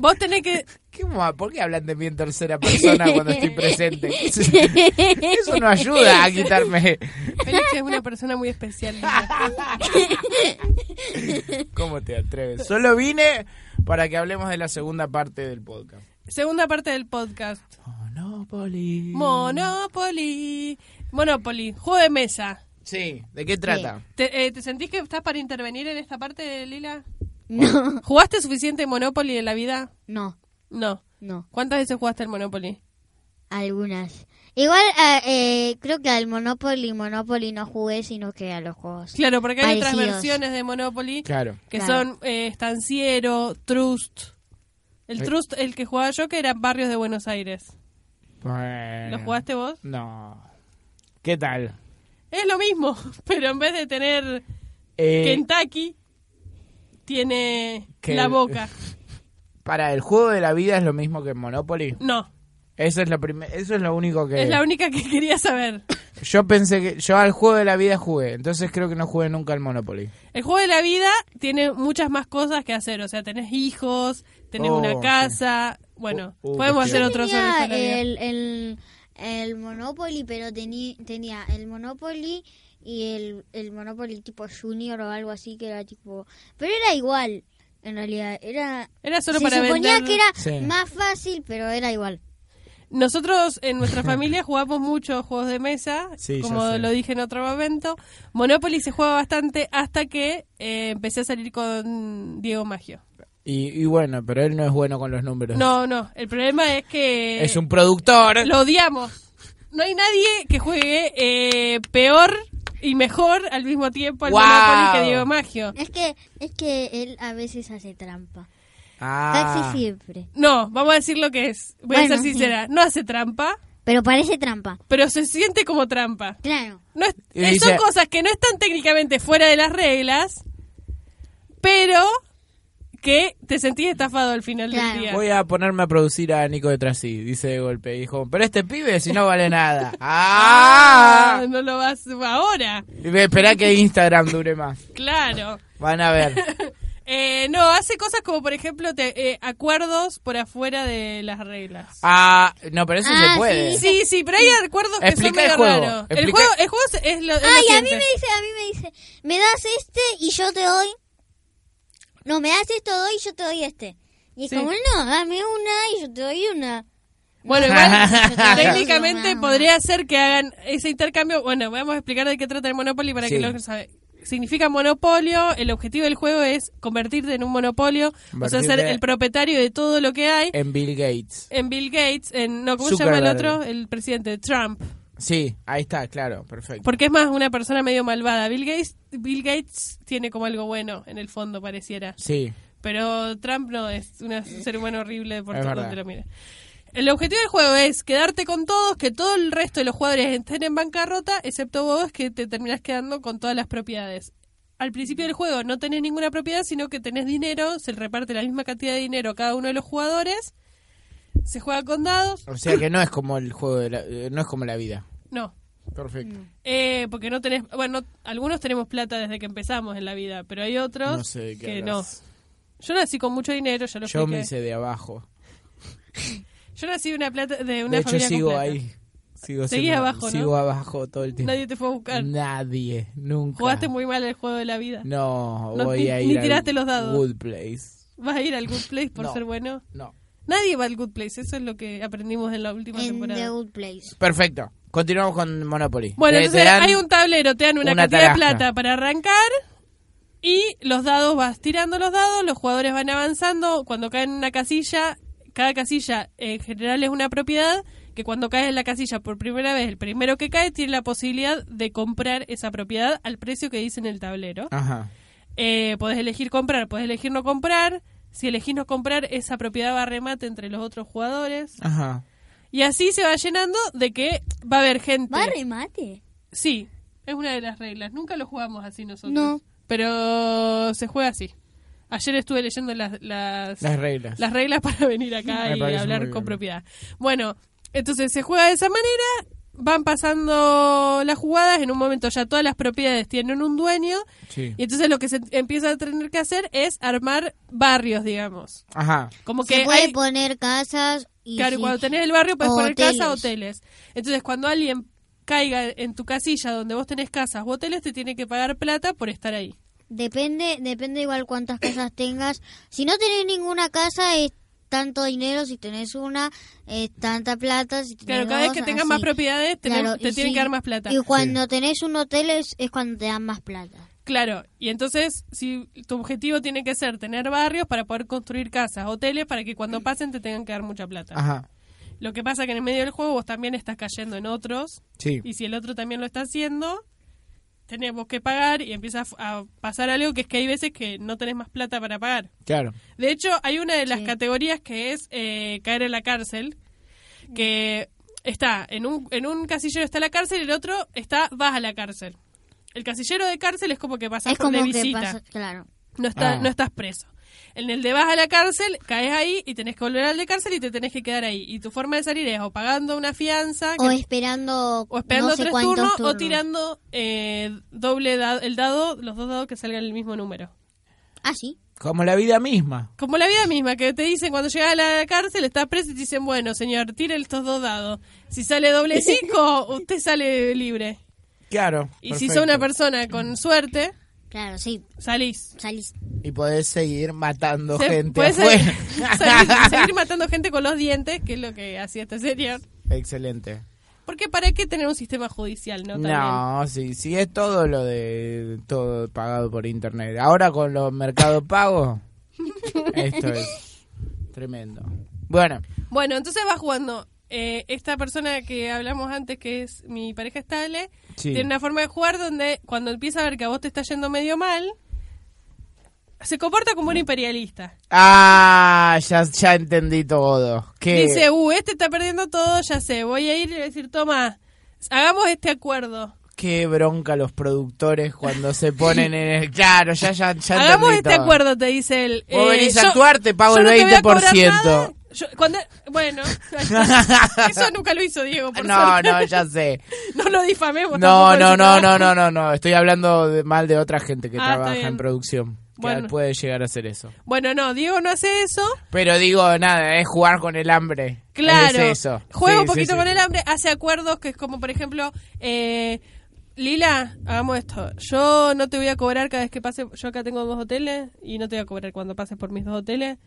Vos tenés que.
¿Qué mo- ¿Por qué hablan de mí en tercera persona cuando estoy presente? Eso no ayuda a quitarme...
Félix es una persona muy especial. Lila.
¿Cómo te atreves? Solo vine para que hablemos de la segunda parte del podcast.
Segunda parte del podcast.
Monopoly.
Monopoly. Monopoly, juego de mesa.
Sí, ¿de qué trata?
¿Te, eh, te sentís que estás para intervenir en esta parte, Lila?
no,
¿Jugaste suficiente Monopoly en la vida?
no,
No.
no.
¿Cuántas veces jugaste el Monopoly?
Algunas. Igual eh, eh, creo que al Monopoly, Monopoly no jugué, sino que a los juegos.
Claro, porque hay otras
Parecidos.
versiones de Monopoly
Claro.
que
Claro.
son eh, estanciero, trust. El
Eh.
trust, el que jugaba yo, que eran barrios de Buenos Aires.
Eh.
¿Lo jugaste vos?
No. ¿Qué tal?
Es lo mismo, pero en vez de tener
Eh,
Kentucky, tiene
que-
la boca.
para el juego de la vida es lo mismo que Monopoly.
No,
Eso es lo prime- eso es lo único que
es la única que quería saber.
yo pensé que yo al juego de la vida jugué, entonces creo que no jugué nunca al Monopoly.
El juego de la vida tiene muchas más cosas que hacer. O sea, tenés hijos, tenés
Oh,
una
sí.
casa. Bueno,
Oh, oh,
podemos
qué
hacer
Yo
otro sobre
tenía
el juego de la vida.
el, el, el Monopoly, pero tení- tenía el Monopoly y el, el Monopoly tipo Junior o algo así que era tipo... Pero era igual, en realidad. Era...
Era solo
se
para
suponía
vender-
que era
Sí.
más fácil, pero era igual.
Nosotros en nuestra familia jugamos muchos juegos de mesa,
Sí, ya
como
sé.
lo dije en otro momento. Monopoly se juega bastante hasta que eh, empecé a salir con Diego Magio.
Y, y bueno, pero él no es bueno con los números.
No, no, el problema es que
Es un productor.
lo odiamos. No hay nadie que juegue eh, peor y mejor al mismo tiempo al
Wow.
Monopoly que Diego Magio.
Es que, es que él a veces hace trampa.
Ah,
Casi siempre.
No, vamos a decir lo que es. Voy a
Bueno,
ser
sí.
sincera. No hace trampa,
Pero parece trampa.
pero se siente como trampa.
Claro.
No es-
Y
eh,
dice-
son cosas que no están técnicamente fuera de las reglas, pero que te sentís estafado al final
Claro.
del día.
voy a ponerme a producir a Nico de Trasí, dice de golpe. Dijo, pero este pibe si no vale nada. ah,
Ah, no lo vas ahora.
espera que Instagram dure más.
Claro.
Van a ver.
Eh, no, hace cosas como, por ejemplo, te, eh, acuerdos por afuera de las reglas.
Ah, no, pero eso
Ah,
se puede.
sí.
Sí, sí, pero hay acuerdos que son
Explica el
medio
juego,
raros. El
explica-
juego, el juego es, es lo, es lo
Ay, a mí me
simple.
dice, a mí me dice, me das este y yo te doy. No, me das esto, doy y yo te doy este. Y es
Sí.
como, no, dame una y yo te doy una.
Bueno, igual,
Yo
técnicamente
creo que no.
podría ser que hagan ese intercambio. Bueno, vamos a explicar de qué trata el Monopoly para
Sí.
que lo sabe- significa monopolio. El objetivo del juego es convertirte en un monopolio, o sea, ser
Convertirte-
el propietario de todo lo que hay.
En Bill Gates.
En Bill Gates, en no, ¿cómo se llama el
Eh, Zuckerberg.
otro? El presidente Trump.
Sí, ahí está, claro, perfecto.
Porque es más una persona medio malvada. Bill Gates, Bill Gates tiene como algo bueno en el fondo, pareciera.
Sí,
Pero Trump no, es un ser humano horrible por
Es
todo
verdad.
donde lo mire. El objetivo del juego es quedarte con todos, que todo el resto de los jugadores estén en bancarrota, excepto vos, que te terminás quedando con todas las propiedades. Al principio del juego no tenés ninguna propiedad, sino que tenés dinero, se reparte la misma cantidad de dinero a cada uno de los jugadores, se juega con dados,
o sea que no es como el juego, de la- eh, no es como la vida.
no.
Perfecto.
Eh, porque no tenés, bueno, algunos tenemos plata desde que empezamos en la vida, pero hay otros
No sé de qué
que no.
hablas.
Yo nací con mucho dinero, ya lo
Yo me
expliqué.
hice de abajo.
Yo nací de una plata de una
De hecho,
familia
sigo
completa.
ahí. Sigo
Seguí
siendo-
abajo, ¿no?
Sigo abajo todo el tiempo.
Nadie te fue a buscar.
Nadie, nunca.
Jugaste muy mal el juego de la vida.
No,
No,
voy
ni-
a
ni
ir al
tiraste los dados.
Good Place.
¿Vas a ir al Good Place por
No.
ser bueno?
No.
Nadie va al Good Place, eso es lo que aprendimos en la última
En
temporada.
The Good Place.
Perfecto. Continuamos con Monopoly.
Bueno,
Eh, Te- te
entonces
dan-
hay un tablero, te dan una,
una
cantidad de
tarasca.
plata para arrancar y los dados, vas tirando los dados, los jugadores van avanzando, cuando caen en una casilla, cada casilla en general es una propiedad que cuando caes en la casilla por primera vez, el primero que cae tiene la posibilidad de comprar esa propiedad al precio que dice en el tablero.
Ajá.
Eh, podés elegir comprar, podés elegir no comprar. Si elegís no comprar, esa propiedad va a remate entre los otros jugadores.
Ajá.
Y así se va llenando de que va a haber gente.
¿Va a remate?
Sí, es una de las reglas. Nunca lo jugamos así nosotros.
No.
Pero se juega así. Ayer estuve leyendo las, las,
Las reglas.
las reglas para venir acá
Me
y
parece muy
hablar
bien.
con propiedad. Bueno, entonces se juega de esa manera. Van pasando las jugadas. En un momento ya todas las propiedades tienen un dueño.
Sí.
Y entonces lo que se empieza a tener que hacer es armar barrios, digamos.
Ajá.
Como
Se
que
puede
hay,
poner casas y
claro,
si-
cuando tenés el barrio puedes
o
poner casa hoteles.
hoteles.
Entonces, cuando alguien caiga en tu casilla donde vos tenés casas o hoteles, te tiene que pagar plata por estar ahí.
Depende, depende igual cuántas casas tengas. Si no tenés ninguna casa es tanto dinero, si tenés una es tanta plata. Si tenés
Claro, cada vez
dos,
que tengas
así.
más propiedades, tenés-
Claro,
te
y
tienen
si-
que dar más plata.
Y cuando tenés un hotel es, es cuando te dan más plata.
Claro, y entonces, si tu objetivo tiene que ser tener barrios para poder construir casas, hoteles, para que cuando pasen te tengan que dar mucha plata.
Ajá.
Lo que pasa que en el medio del juego vos también estás cayendo en otros.
Sí.
Y si el otro también lo está haciendo, tenemos que pagar y empieza a f- a pasar algo que es que hay veces que no tenés más plata para pagar.
Claro.
De hecho, hay una de las
Sí.
categorías que es eh, caer en la cárcel, que está, en un, en un casillero está la cárcel y el otro está vas a la cárcel. El casillero de cárcel es como que pasas
es
por
como
de
que
visita,
pasa, claro.
no, está,
Ah.
no estás preso. En el de vas a la cárcel, caes ahí y tenés que volver al de cárcel y te tenés que quedar ahí. Y tu forma de salir es o pagando una fianza, Ah, que
O esperando,
o esperando
no sé
tres
cuántos
turnos,
turnos.
o tirando eh, doble da- el dado, los dos dados que salgan el mismo número.
Ah, sí.
Como la vida misma.
Como la vida misma, que te dicen cuando llegas a la cárcel, estás preso y te dicen, bueno, señor, tire estos dos dados. Si sale doble cinco, usted sale libre.
Claro.
Y si
perfecto.
sos una persona con suerte,
Claro, sí.
salís.
Salís.
Y podés seguir matando
Se-
gente
podés
afuera.
salir- salir- seguir matando gente con los dientes, que es lo que hacía este señor.
Excelente.
Porque para qué tener un sistema judicial, ¿no? También.
No, sí, sí, es todo lo de todo pagado por internet. Ahora con los mercados pagos, esto es tremendo. Bueno,
Bueno, entonces va jugando. Eh, esta persona que hablamos antes, que es mi pareja estable,
Sí.
tiene una forma de jugar donde cuando empieza a ver que a vos te está yendo medio mal, se comporta como un imperialista.
ah, ya, ya entendí todo. Que
Dice, uh, este está perdiendo todo, ya sé, voy a ir y le voy a decir, toma, hagamos este acuerdo.
qué bronca los productores cuando se ponen en el claro, ya ya ya entendí
Hagamos este
todo.
acuerdo, te dice él. Eh,
Vos venís a actuar, te pago el
yo no voy a cobrar
20%.
nada. Yo- cuando- bueno, eso nunca lo hizo Diego, por
No,
suerte.
no, ya sé.
No lo difamemos.
No,
tampoco "Ah,
no,
en su
no, no,
trabajo.
no, no, no. Estoy hablando de- mal de otra gente que
Ah, está
trabaja
bien.
en producción. Que
Bueno.
puede llegar a hacer eso.
Bueno, no, Diego no hace eso.
Pero digo, nada, es jugar con el hambre.
Claro.
Es eso.
Juega
Sí,
un poquito
sí, sí.
con el hambre, hace acuerdos que es como, por ejemplo, eh, Lila, hagamos esto. Yo no te voy a cobrar cada vez que pase. Yo acá tengo dos hoteles y no te voy a cobrar cuando pases por mis dos hoteles.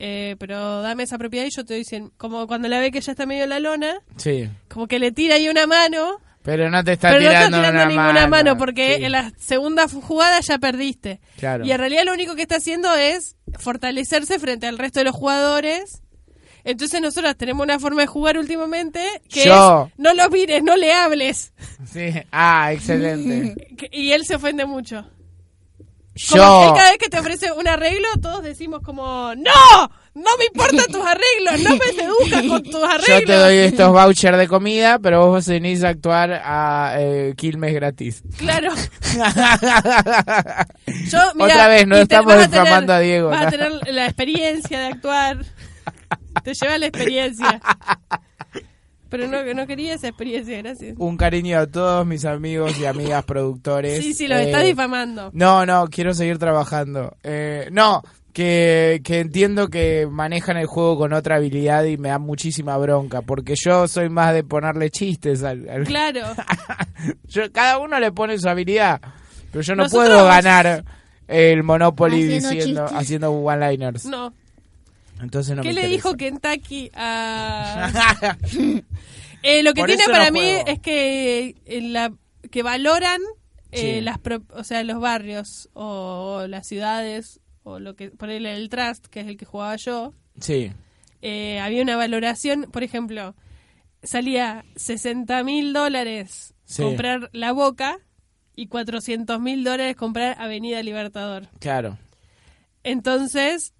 eh, pero dame esa propiedad y yo te doy 100. Como cuando la ve que ya está medio en la lona,
Sí.
como que le tira ahí una mano.
Pero no te está
Pero no estás
tirando,
tirando
una
ninguna mano,
mano,
porque
Sí.
en la segunda fu- jugada ya perdiste.
Claro.
Y en realidad lo único que está haciendo es fortalecerse frente al resto de los jugadores. Entonces nosotros tenemos una forma de jugar últimamente que
Yo.
es no lo mires, no le hables.
Sí. Ah, excelente.
Que- Y él se ofende mucho. Como
Yo.
él cada vez que te ofrece un arreglo, todos decimos como ¡No! ¡No me importan tus arreglos! ¡No me seducas con tus arreglos!
Yo te doy estos vouchers de comida, pero vos venís a actuar a eh, Quilmes gratis.
Claro. Yo, mira,
Otra vez, no
y te-
estamos
vas tener-
difamando a Diego,
Vas
¿no?
a tener la experiencia de actuar. Te lleva la experiencia. Pero no, no quería esa experiencia, gracias.
Un cariño a todos mis amigos y amigas productores.
Sí, sí, los
Eh,
estás difamando.
No, no, quiero seguir trabajando. Eh, no, que, que entiendo que manejan el juego con otra habilidad y me da muchísima bronca, porque yo soy más de ponerle chistes al... al-
Claro.
Yo- cada uno le pone su habilidad, pero yo no
Nosotros-
puedo ganar el Monopoly
Haciendo
diciendo,
chistes.
haciendo one-liners.
No.
Entonces no
¿Qué
me
le
interesa.
dijo Kentucky a.? Eh, lo que
Por
tiene
eso no
para mí
juego.
es que, eh, la, que valoran eh,
Sí.
las pro- o sea, los barrios o, o las ciudades o lo que por el, el trust que es el que jugaba yo
Sí.
eh, había una valoración por ejemplo salía 60 mil dólares
Sí.
comprar la boca y 400 mil dólares comprar Avenida Libertador
Claro.
entonces,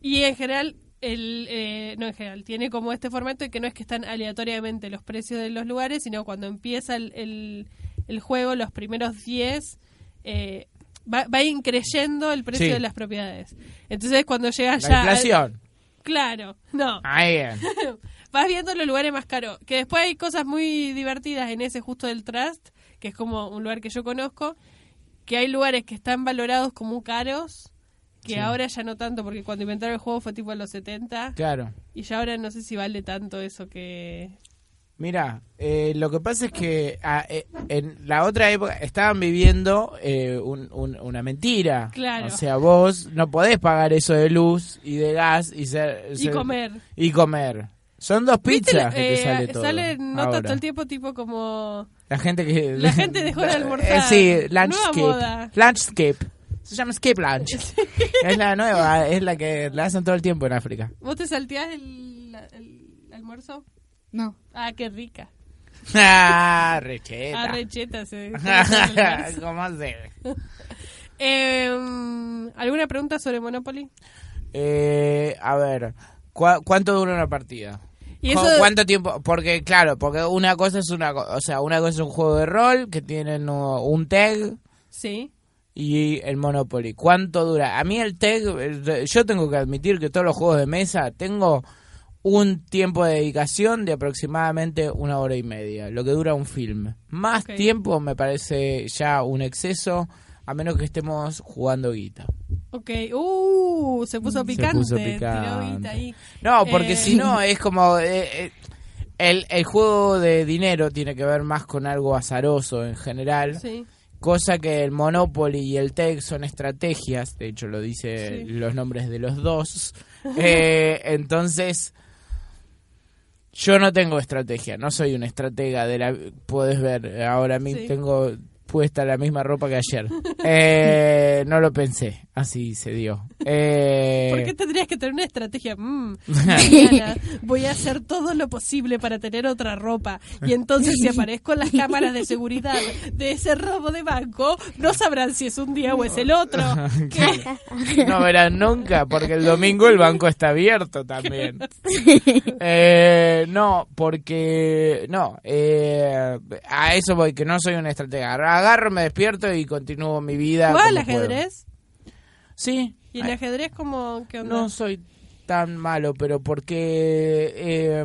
y en general, el, eh, no en general, tiene como este formato de que no es que están aleatoriamente los precios de los lugares, sino cuando empieza el, el- el juego, los primeros 10, eh, va, va increyendo el precio
Sí.
de las propiedades. Entonces, cuando llegas
La
ya... eh. al-
inflación. Ah.
claro, no.
Ahí bien.
Vas viendo los lugares más caros. Que después hay cosas muy divertidas en ese justo del Trust, que es como un lugar que yo conozco, que hay lugares que están valorados como caros, que ahora ya no tanto, porque cuando inventaron el juego fue tipo en los 70,
Claro.
y ya ahora no sé si vale tanto eso que...
Mira, eh, lo que pasa es que ah, eh, en la otra época estaban viviendo eh, un- un- una mentira.
Claro.
O sea, vos no podés pagar eso de luz y de gas y, ser-
Y
ser-
comer.
Y comer. Son dos
¿Viste
pizzas
lo-
que te
eh,
sale todo.
salen notas
ahora.
todo el tiempo tipo como...
La gente que...
La gente dejó de almorzar.
Eh, sí,
Nueva
lunchscape.
moda.
Lunchscape. Se llama skip lunch. es la nueva, es la que la hacen todo el tiempo en África.
¿Vos te salteás el, el almuerzo?
No.
Ah, qué rica.
ah, recheta.
Ah, recheta se...
¿Cómo se
Em, ¿Alguna pregunta sobre Monopoly?
Eh, a ver, ¿cuá- ¿cuánto dura una partida?
Y
¿Cu-
eso-
¿Cuánto tiempo? Porque, claro, porque una cosa es una, co- o sea, una cosa es un juego de rol que tienen uh, un tag
Sí.
y el Monopoly. ¿Cuánto dura? A mí el tag, eh, yo tengo que admitir que todos los juegos de mesa tengo un tiempo de dedicación de aproximadamente una hora y media, lo que dura un film. Más
Ok.
tiempo me parece ya un exceso, a menos que estemos jugando guita.
Ok. Uh, se puso picante.
puso
Tiró
picante.
guita ahí.
No, porque
Eh,
si no es como eh, eh, el, el juego de dinero tiene que ver más con algo azaroso en general,
Sí.
cosa que el Monopoly y el Tech son estrategias, de hecho lo
Sí.
dice los nombres de los dos. Eh, entonces yo no tengo estrategia, no soy un estratega de la puedes ver ahora mismo
Sí.
tengo puesta la misma ropa que ayer. Eh, no lo pensé, así se dio. Eh,
¿Por qué tendrías que tener una estrategia? Mm, mañana voy a hacer todo lo posible para tener otra ropa. Y entonces, si aparezco en las cámaras de seguridad de ese robo de banco, no sabrán si es un día o es el otro. ¿Qué?
No verán nunca, porque el domingo el banco está abierto también. Eh, no, porque. No, eh, a eso voy, que no soy un estratega. Agarro, me despierto y continúo mi vida.
¿Jugás al
como puedo.
ajedrez?
Sí.
¿Y el ajedrez como qué onda?
No soy tan malo, pero porque. eh,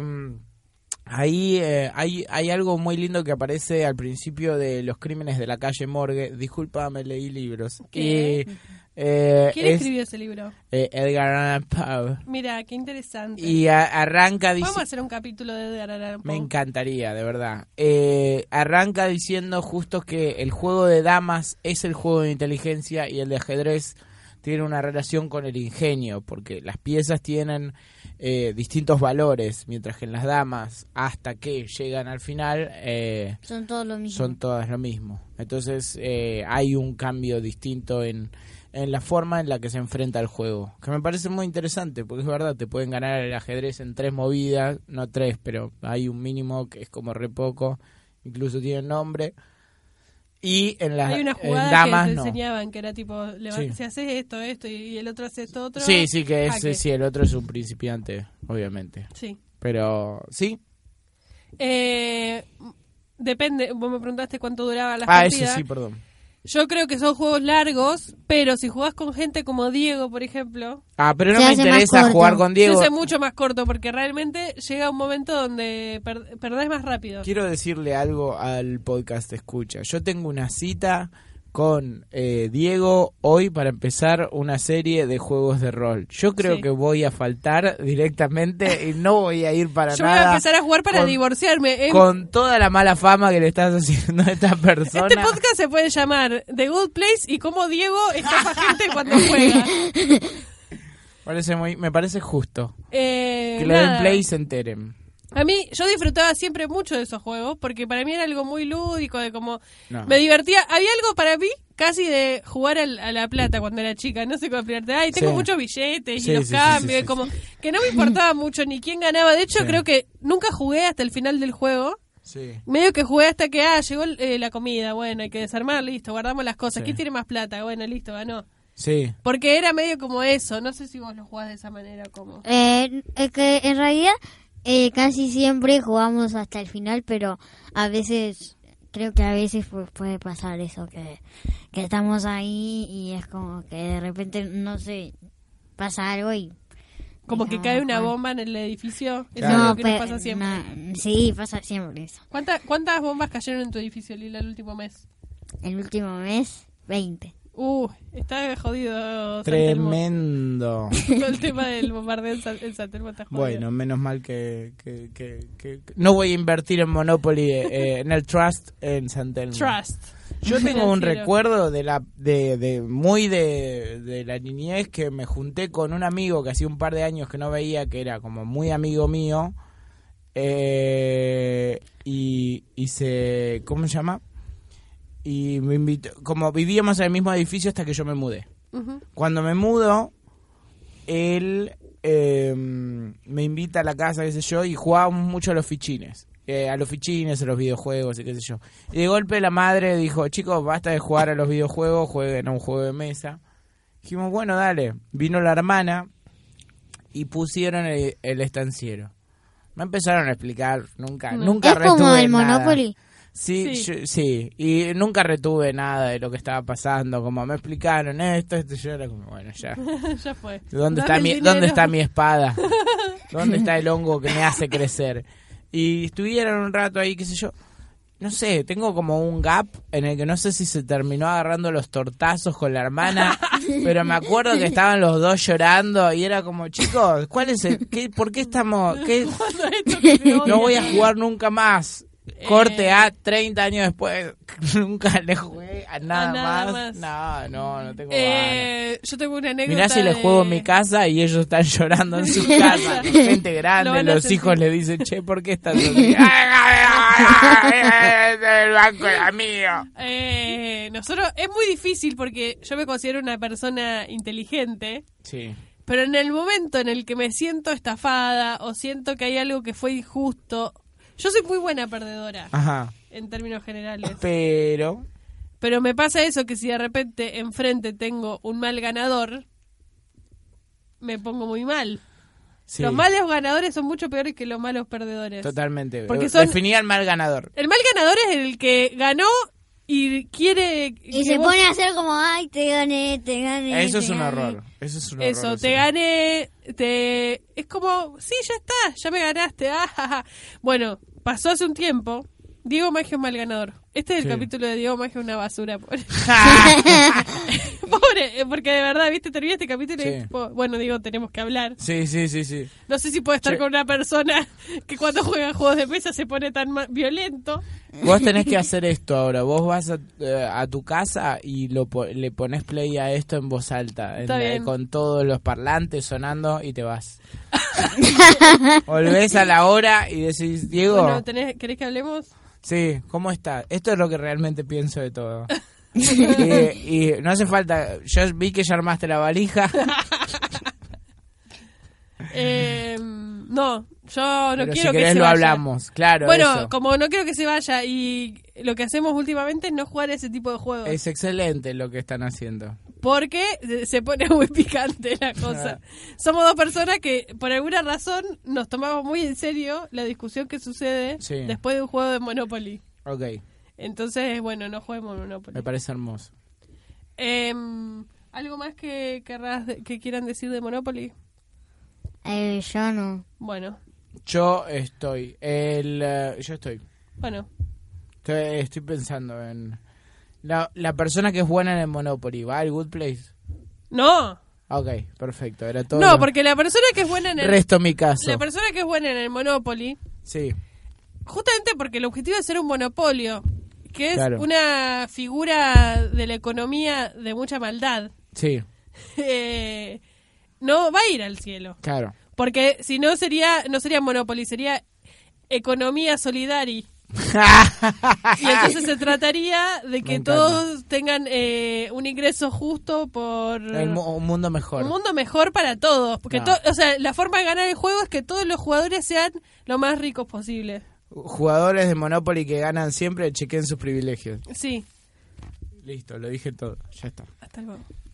Ahí eh, hay, hay algo muy lindo que aparece al principio de Los Crímenes de la Calle Morgue. Disculpame, leí libros.
¿Qué?
Y, eh,
¿Quién
es,
escribió ese libro?
eh, Edgar Allan Poe.
Mira, qué interesante.
Y a- arranca
Vamos a
diciendo...
hacer un capítulo de Edgar Allan Poe.
Me encantaría, de verdad. Eh, arranca diciendo justo que el juego de damas es el juego de inteligencia y el de ajedrez tienen una relación con el ingenio, porque las piezas tienen eh, distintos valores, mientras que en las damas, hasta que llegan al final, eh,
Son todos lo mismo.
son todas lo mismo. Entonces eh, hay un cambio distinto en, en la forma en la que se enfrenta el juego, que me parece muy interesante, porque es verdad, te pueden ganar el ajedrez en tres movidas, no tres, pero hay un mínimo que es como re poco, incluso tiene nombre. Y en las
Hay una
Eh, en
jugada
damas
que te
no.
enseñaban que era tipo, leva-
Sí.
si haces esto, esto y, y el otro hace esto, otro.
Sí, sí, que ese,
jaque.
sí, el otro es un principiante, obviamente.
Sí.
Pero sí,
Eh, depende, vos me preguntaste cuánto duraba la
ah,
partida.
ese sí, perdón.
Yo creo que son juegos largos, pero si jugás con gente como Diego, por ejemplo,
Ah, pero no
Se
me
hace más
interesa
corto.
jugar con Diego.
se hace mucho más corto porque realmente llega un momento donde per- perdés más rápido.
Quiero decirle algo al podcast escucha. Yo tengo una cita con eh, Diego hoy para empezar una serie de juegos de rol. Yo creo
Sí.
que voy a faltar directamente y no voy a ir para
Yo voy
nada.
a empezar a jugar para
con-
divorciarme. eh.
Con toda la mala fama que le estás haciendo a esta persona.
Este podcast se puede llamar The Good Place y cómo Diego estafa gente cuando juega.
Parece muy, me parece justo.
Eh,
Que le den
nada.
play y se enteren.
A mí, yo disfrutaba siempre mucho de esos juegos porque para mí era algo muy lúdico, de como
No.
me divertía. Había algo para mí casi de jugar al- a la plata cuando era chica, no sé cómo explicarte. Ay, tengo
Sí.
muchos billetes
Sí,
y los
sí, sí,
cambios,
sí, sí,
como que no me importaba mucho ni quién ganaba. De hecho,
Sí.
creo que nunca jugué hasta el final del juego.
Sí.
Medio que jugué hasta que, ah, llegó eh, la comida, bueno, hay que desarmar, listo, guardamos las cosas.
Sí.
¿Quién tiene más plata? Bueno, listo, ganó.
Sí.
Porque era medio como eso, no sé si vos lo jugás de esa manera como...
Eh, es que en realidad eh, casi siempre jugamos hasta el final, pero a veces, creo que a veces pu- puede pasar eso, que, que estamos ahí y es como que de repente, no sé, pasa algo y...
Como que
dejamos
cae
de
una
jugar.
bomba en el edificio. Eso
Claro.
es lo que nos
pe-
pasa siempre.
no, sí, pasa siempre eso.
¿Cuánta- ¿Cuántas bombas cayeron en tu edificio, Lila, el último mes?
El último mes, 20.
Uh, está jodido. San Telmo.
Tremendo.
Todo el tema del bombardeo en San, en San Telmo está jodido.
Bueno, menos mal que, que- que- que- que- no voy a invertir en Monopoly, eh, en el Trust en San Telmo.
Trust.
Yo tengo un
Financiero.
recuerdo de la de, de- muy de, de la niñez que me junté con un amigo que hacía un par de años que no veía, que era como muy amigo mío. eh, y, y se ¿cómo se llama? Y me invitó, como vivíamos en el mismo edificio hasta que yo me mudé.
Ujú.
Cuando me mudo, él eh, me invita a la casa, qué sé yo, y jugábamos mucho a los fichines. Eh, a los fichines, a los videojuegos y qué sé yo. Y de golpe la madre dijo, chicos, basta de jugar a los videojuegos, jueguen a un juego de mesa. Dijimos, bueno, dale. Vino la hermana y pusieron el, el estanciero. No empezaron a explicar, nunca,
No.
nunca
Mm, es como
retuve
el
nada.
Monopoly.
Sí,
Sí.
yo- sí, y nunca retuve nada de lo que estaba pasando, como me explicaron esto, esto, yo era como, bueno, ya.
Mm.
ya fue. Dame
¿Dónde está,
el
mi,
dinero.
¿Dónde está mi espada? ¿Dónde está el hongo que me hace crecer? Y estuvieron un rato ahí, qué sé yo. No sé, tengo como un gap en el que no sé si se terminó agarrando los tortazos con la hermana, pero me acuerdo que estaban los dos llorando y era como, chicos, ¿cuál es el, qué, ¿por qué estamos? Qué,
Cuando esto que me odia.
no voy a jugar nunca más.
Eh.
Corte a 30 años después, nunca le jugué a nada,
nada
más. No, no, no tengo ganas.
Eh, yo tengo una anécdota.
Mirá si le
de-
juego en mi casa y ellos están llorando en su casa. Gente
Lo
grande,
van a Ah,
los
sentir.
hijos le dicen, che, ¿por qué estás así?
ah,
El banco era mío.
Eh, nosotros es muy difícil porque yo me considero una persona inteligente.
Sí.
Pero en el momento en el que me siento estafada o siento que hay algo que fue injusto, yo soy muy buena perdedora
Ajá.
en términos generales.
Pero...
Pero me pasa eso que si de repente enfrente tengo un mal ganador, me pongo muy mal.
sí,
Los malos ganadores son mucho peores que los malos perdedores.
Totalmente.
Porque son-
Definí al mal ganador.
El mal ganador es el que ganó y quiere... que
Y se
vos-
pone a hacer como, ay, te gané, te gané.
Eso es
te
un
gané".
horror. Eso es un horror.
Eso, te
sí.
gané, te... Es como, sí, ya está, ya me ganaste. ah, ja, ja. Bueno, pasó hace un tiempo. Diego Maggio es mal ganador. Este es el
Sí.
capítulo de Diego Maggio es una basura. pobre. Pobre, eh, porque de verdad, viste, termina este capítulo y
Sí.
es tipo, bueno, digo, tenemos que hablar.
Sí, sí, sí, sí.
No sé si puedo estar
Che.
con una persona que cuando juega juegos de mesa se pone tan ma- violento.
Vos tenés que hacer esto ahora. Vos vas a, eh, a tu casa y lo, po- le pones play a esto en voz alta, en
Está
la-
bien.
con todos los parlantes sonando y te vas. Volvés a la hora y decís, Diego,
Bueno, tenés- ¿querés que hablemos?
sí, ¿cómo estás? Esto es lo que realmente pienso de todo. y, y no hace falta, yo vi que ya armaste la valija,
Eh, no, yo no
pero si
quiero que
querés
se
lo
vaya.
hablamos, claro.
Bueno,
eso.
como no quiero que se vaya y lo que hacemos últimamente es no jugar ese tipo de juegos.
es excelente lo que están haciendo.
Porque se pone muy picante la cosa. Somos dos personas que por alguna razón nos tomamos muy en serio la discusión que sucede
Sí.
después de un juego de Monopoly.
Ok,
Entonces, bueno, no juguemos Monopoly.
me parece hermoso.
Em, ¿Algo más que querrás de- que quieran decir de Monopoly?
Eh, yo no.
Bueno,
Yo estoy, el, eh, yo estoy.
bueno.
Estoy, estoy pensando en. La, la persona que es buena en el Monopoly, ¿va al Good Place?
No,
Ah, Ok, perfecto. Era todo.
no,
lo-
porque la persona que es buena en el
Resto mi caso.
la persona que es buena en el Monopoly
Sí,
Justamente porque el objetivo es ser un monopolio, que es
Claro.
una figura de la economía de mucha maldad.
sí,
Eh, no va a ir al cielo,
claro.
porque si no sería no sería Monopoly, sería economía solidaria. Y entonces se trataría de que
encanta.
todos tengan eh, un ingreso justo por
El mu- un mundo mejor.
Mm. un mundo mejor para todos. Porque
No.
to- o sea, la forma de ganar el juego es que todos los jugadores sean lo más ricos posible.
Jugadores de Monopoly que ganan siempre, chequen sus privilegios.
Sí,
Listo, lo dije todo. Ya está.
hasta luego.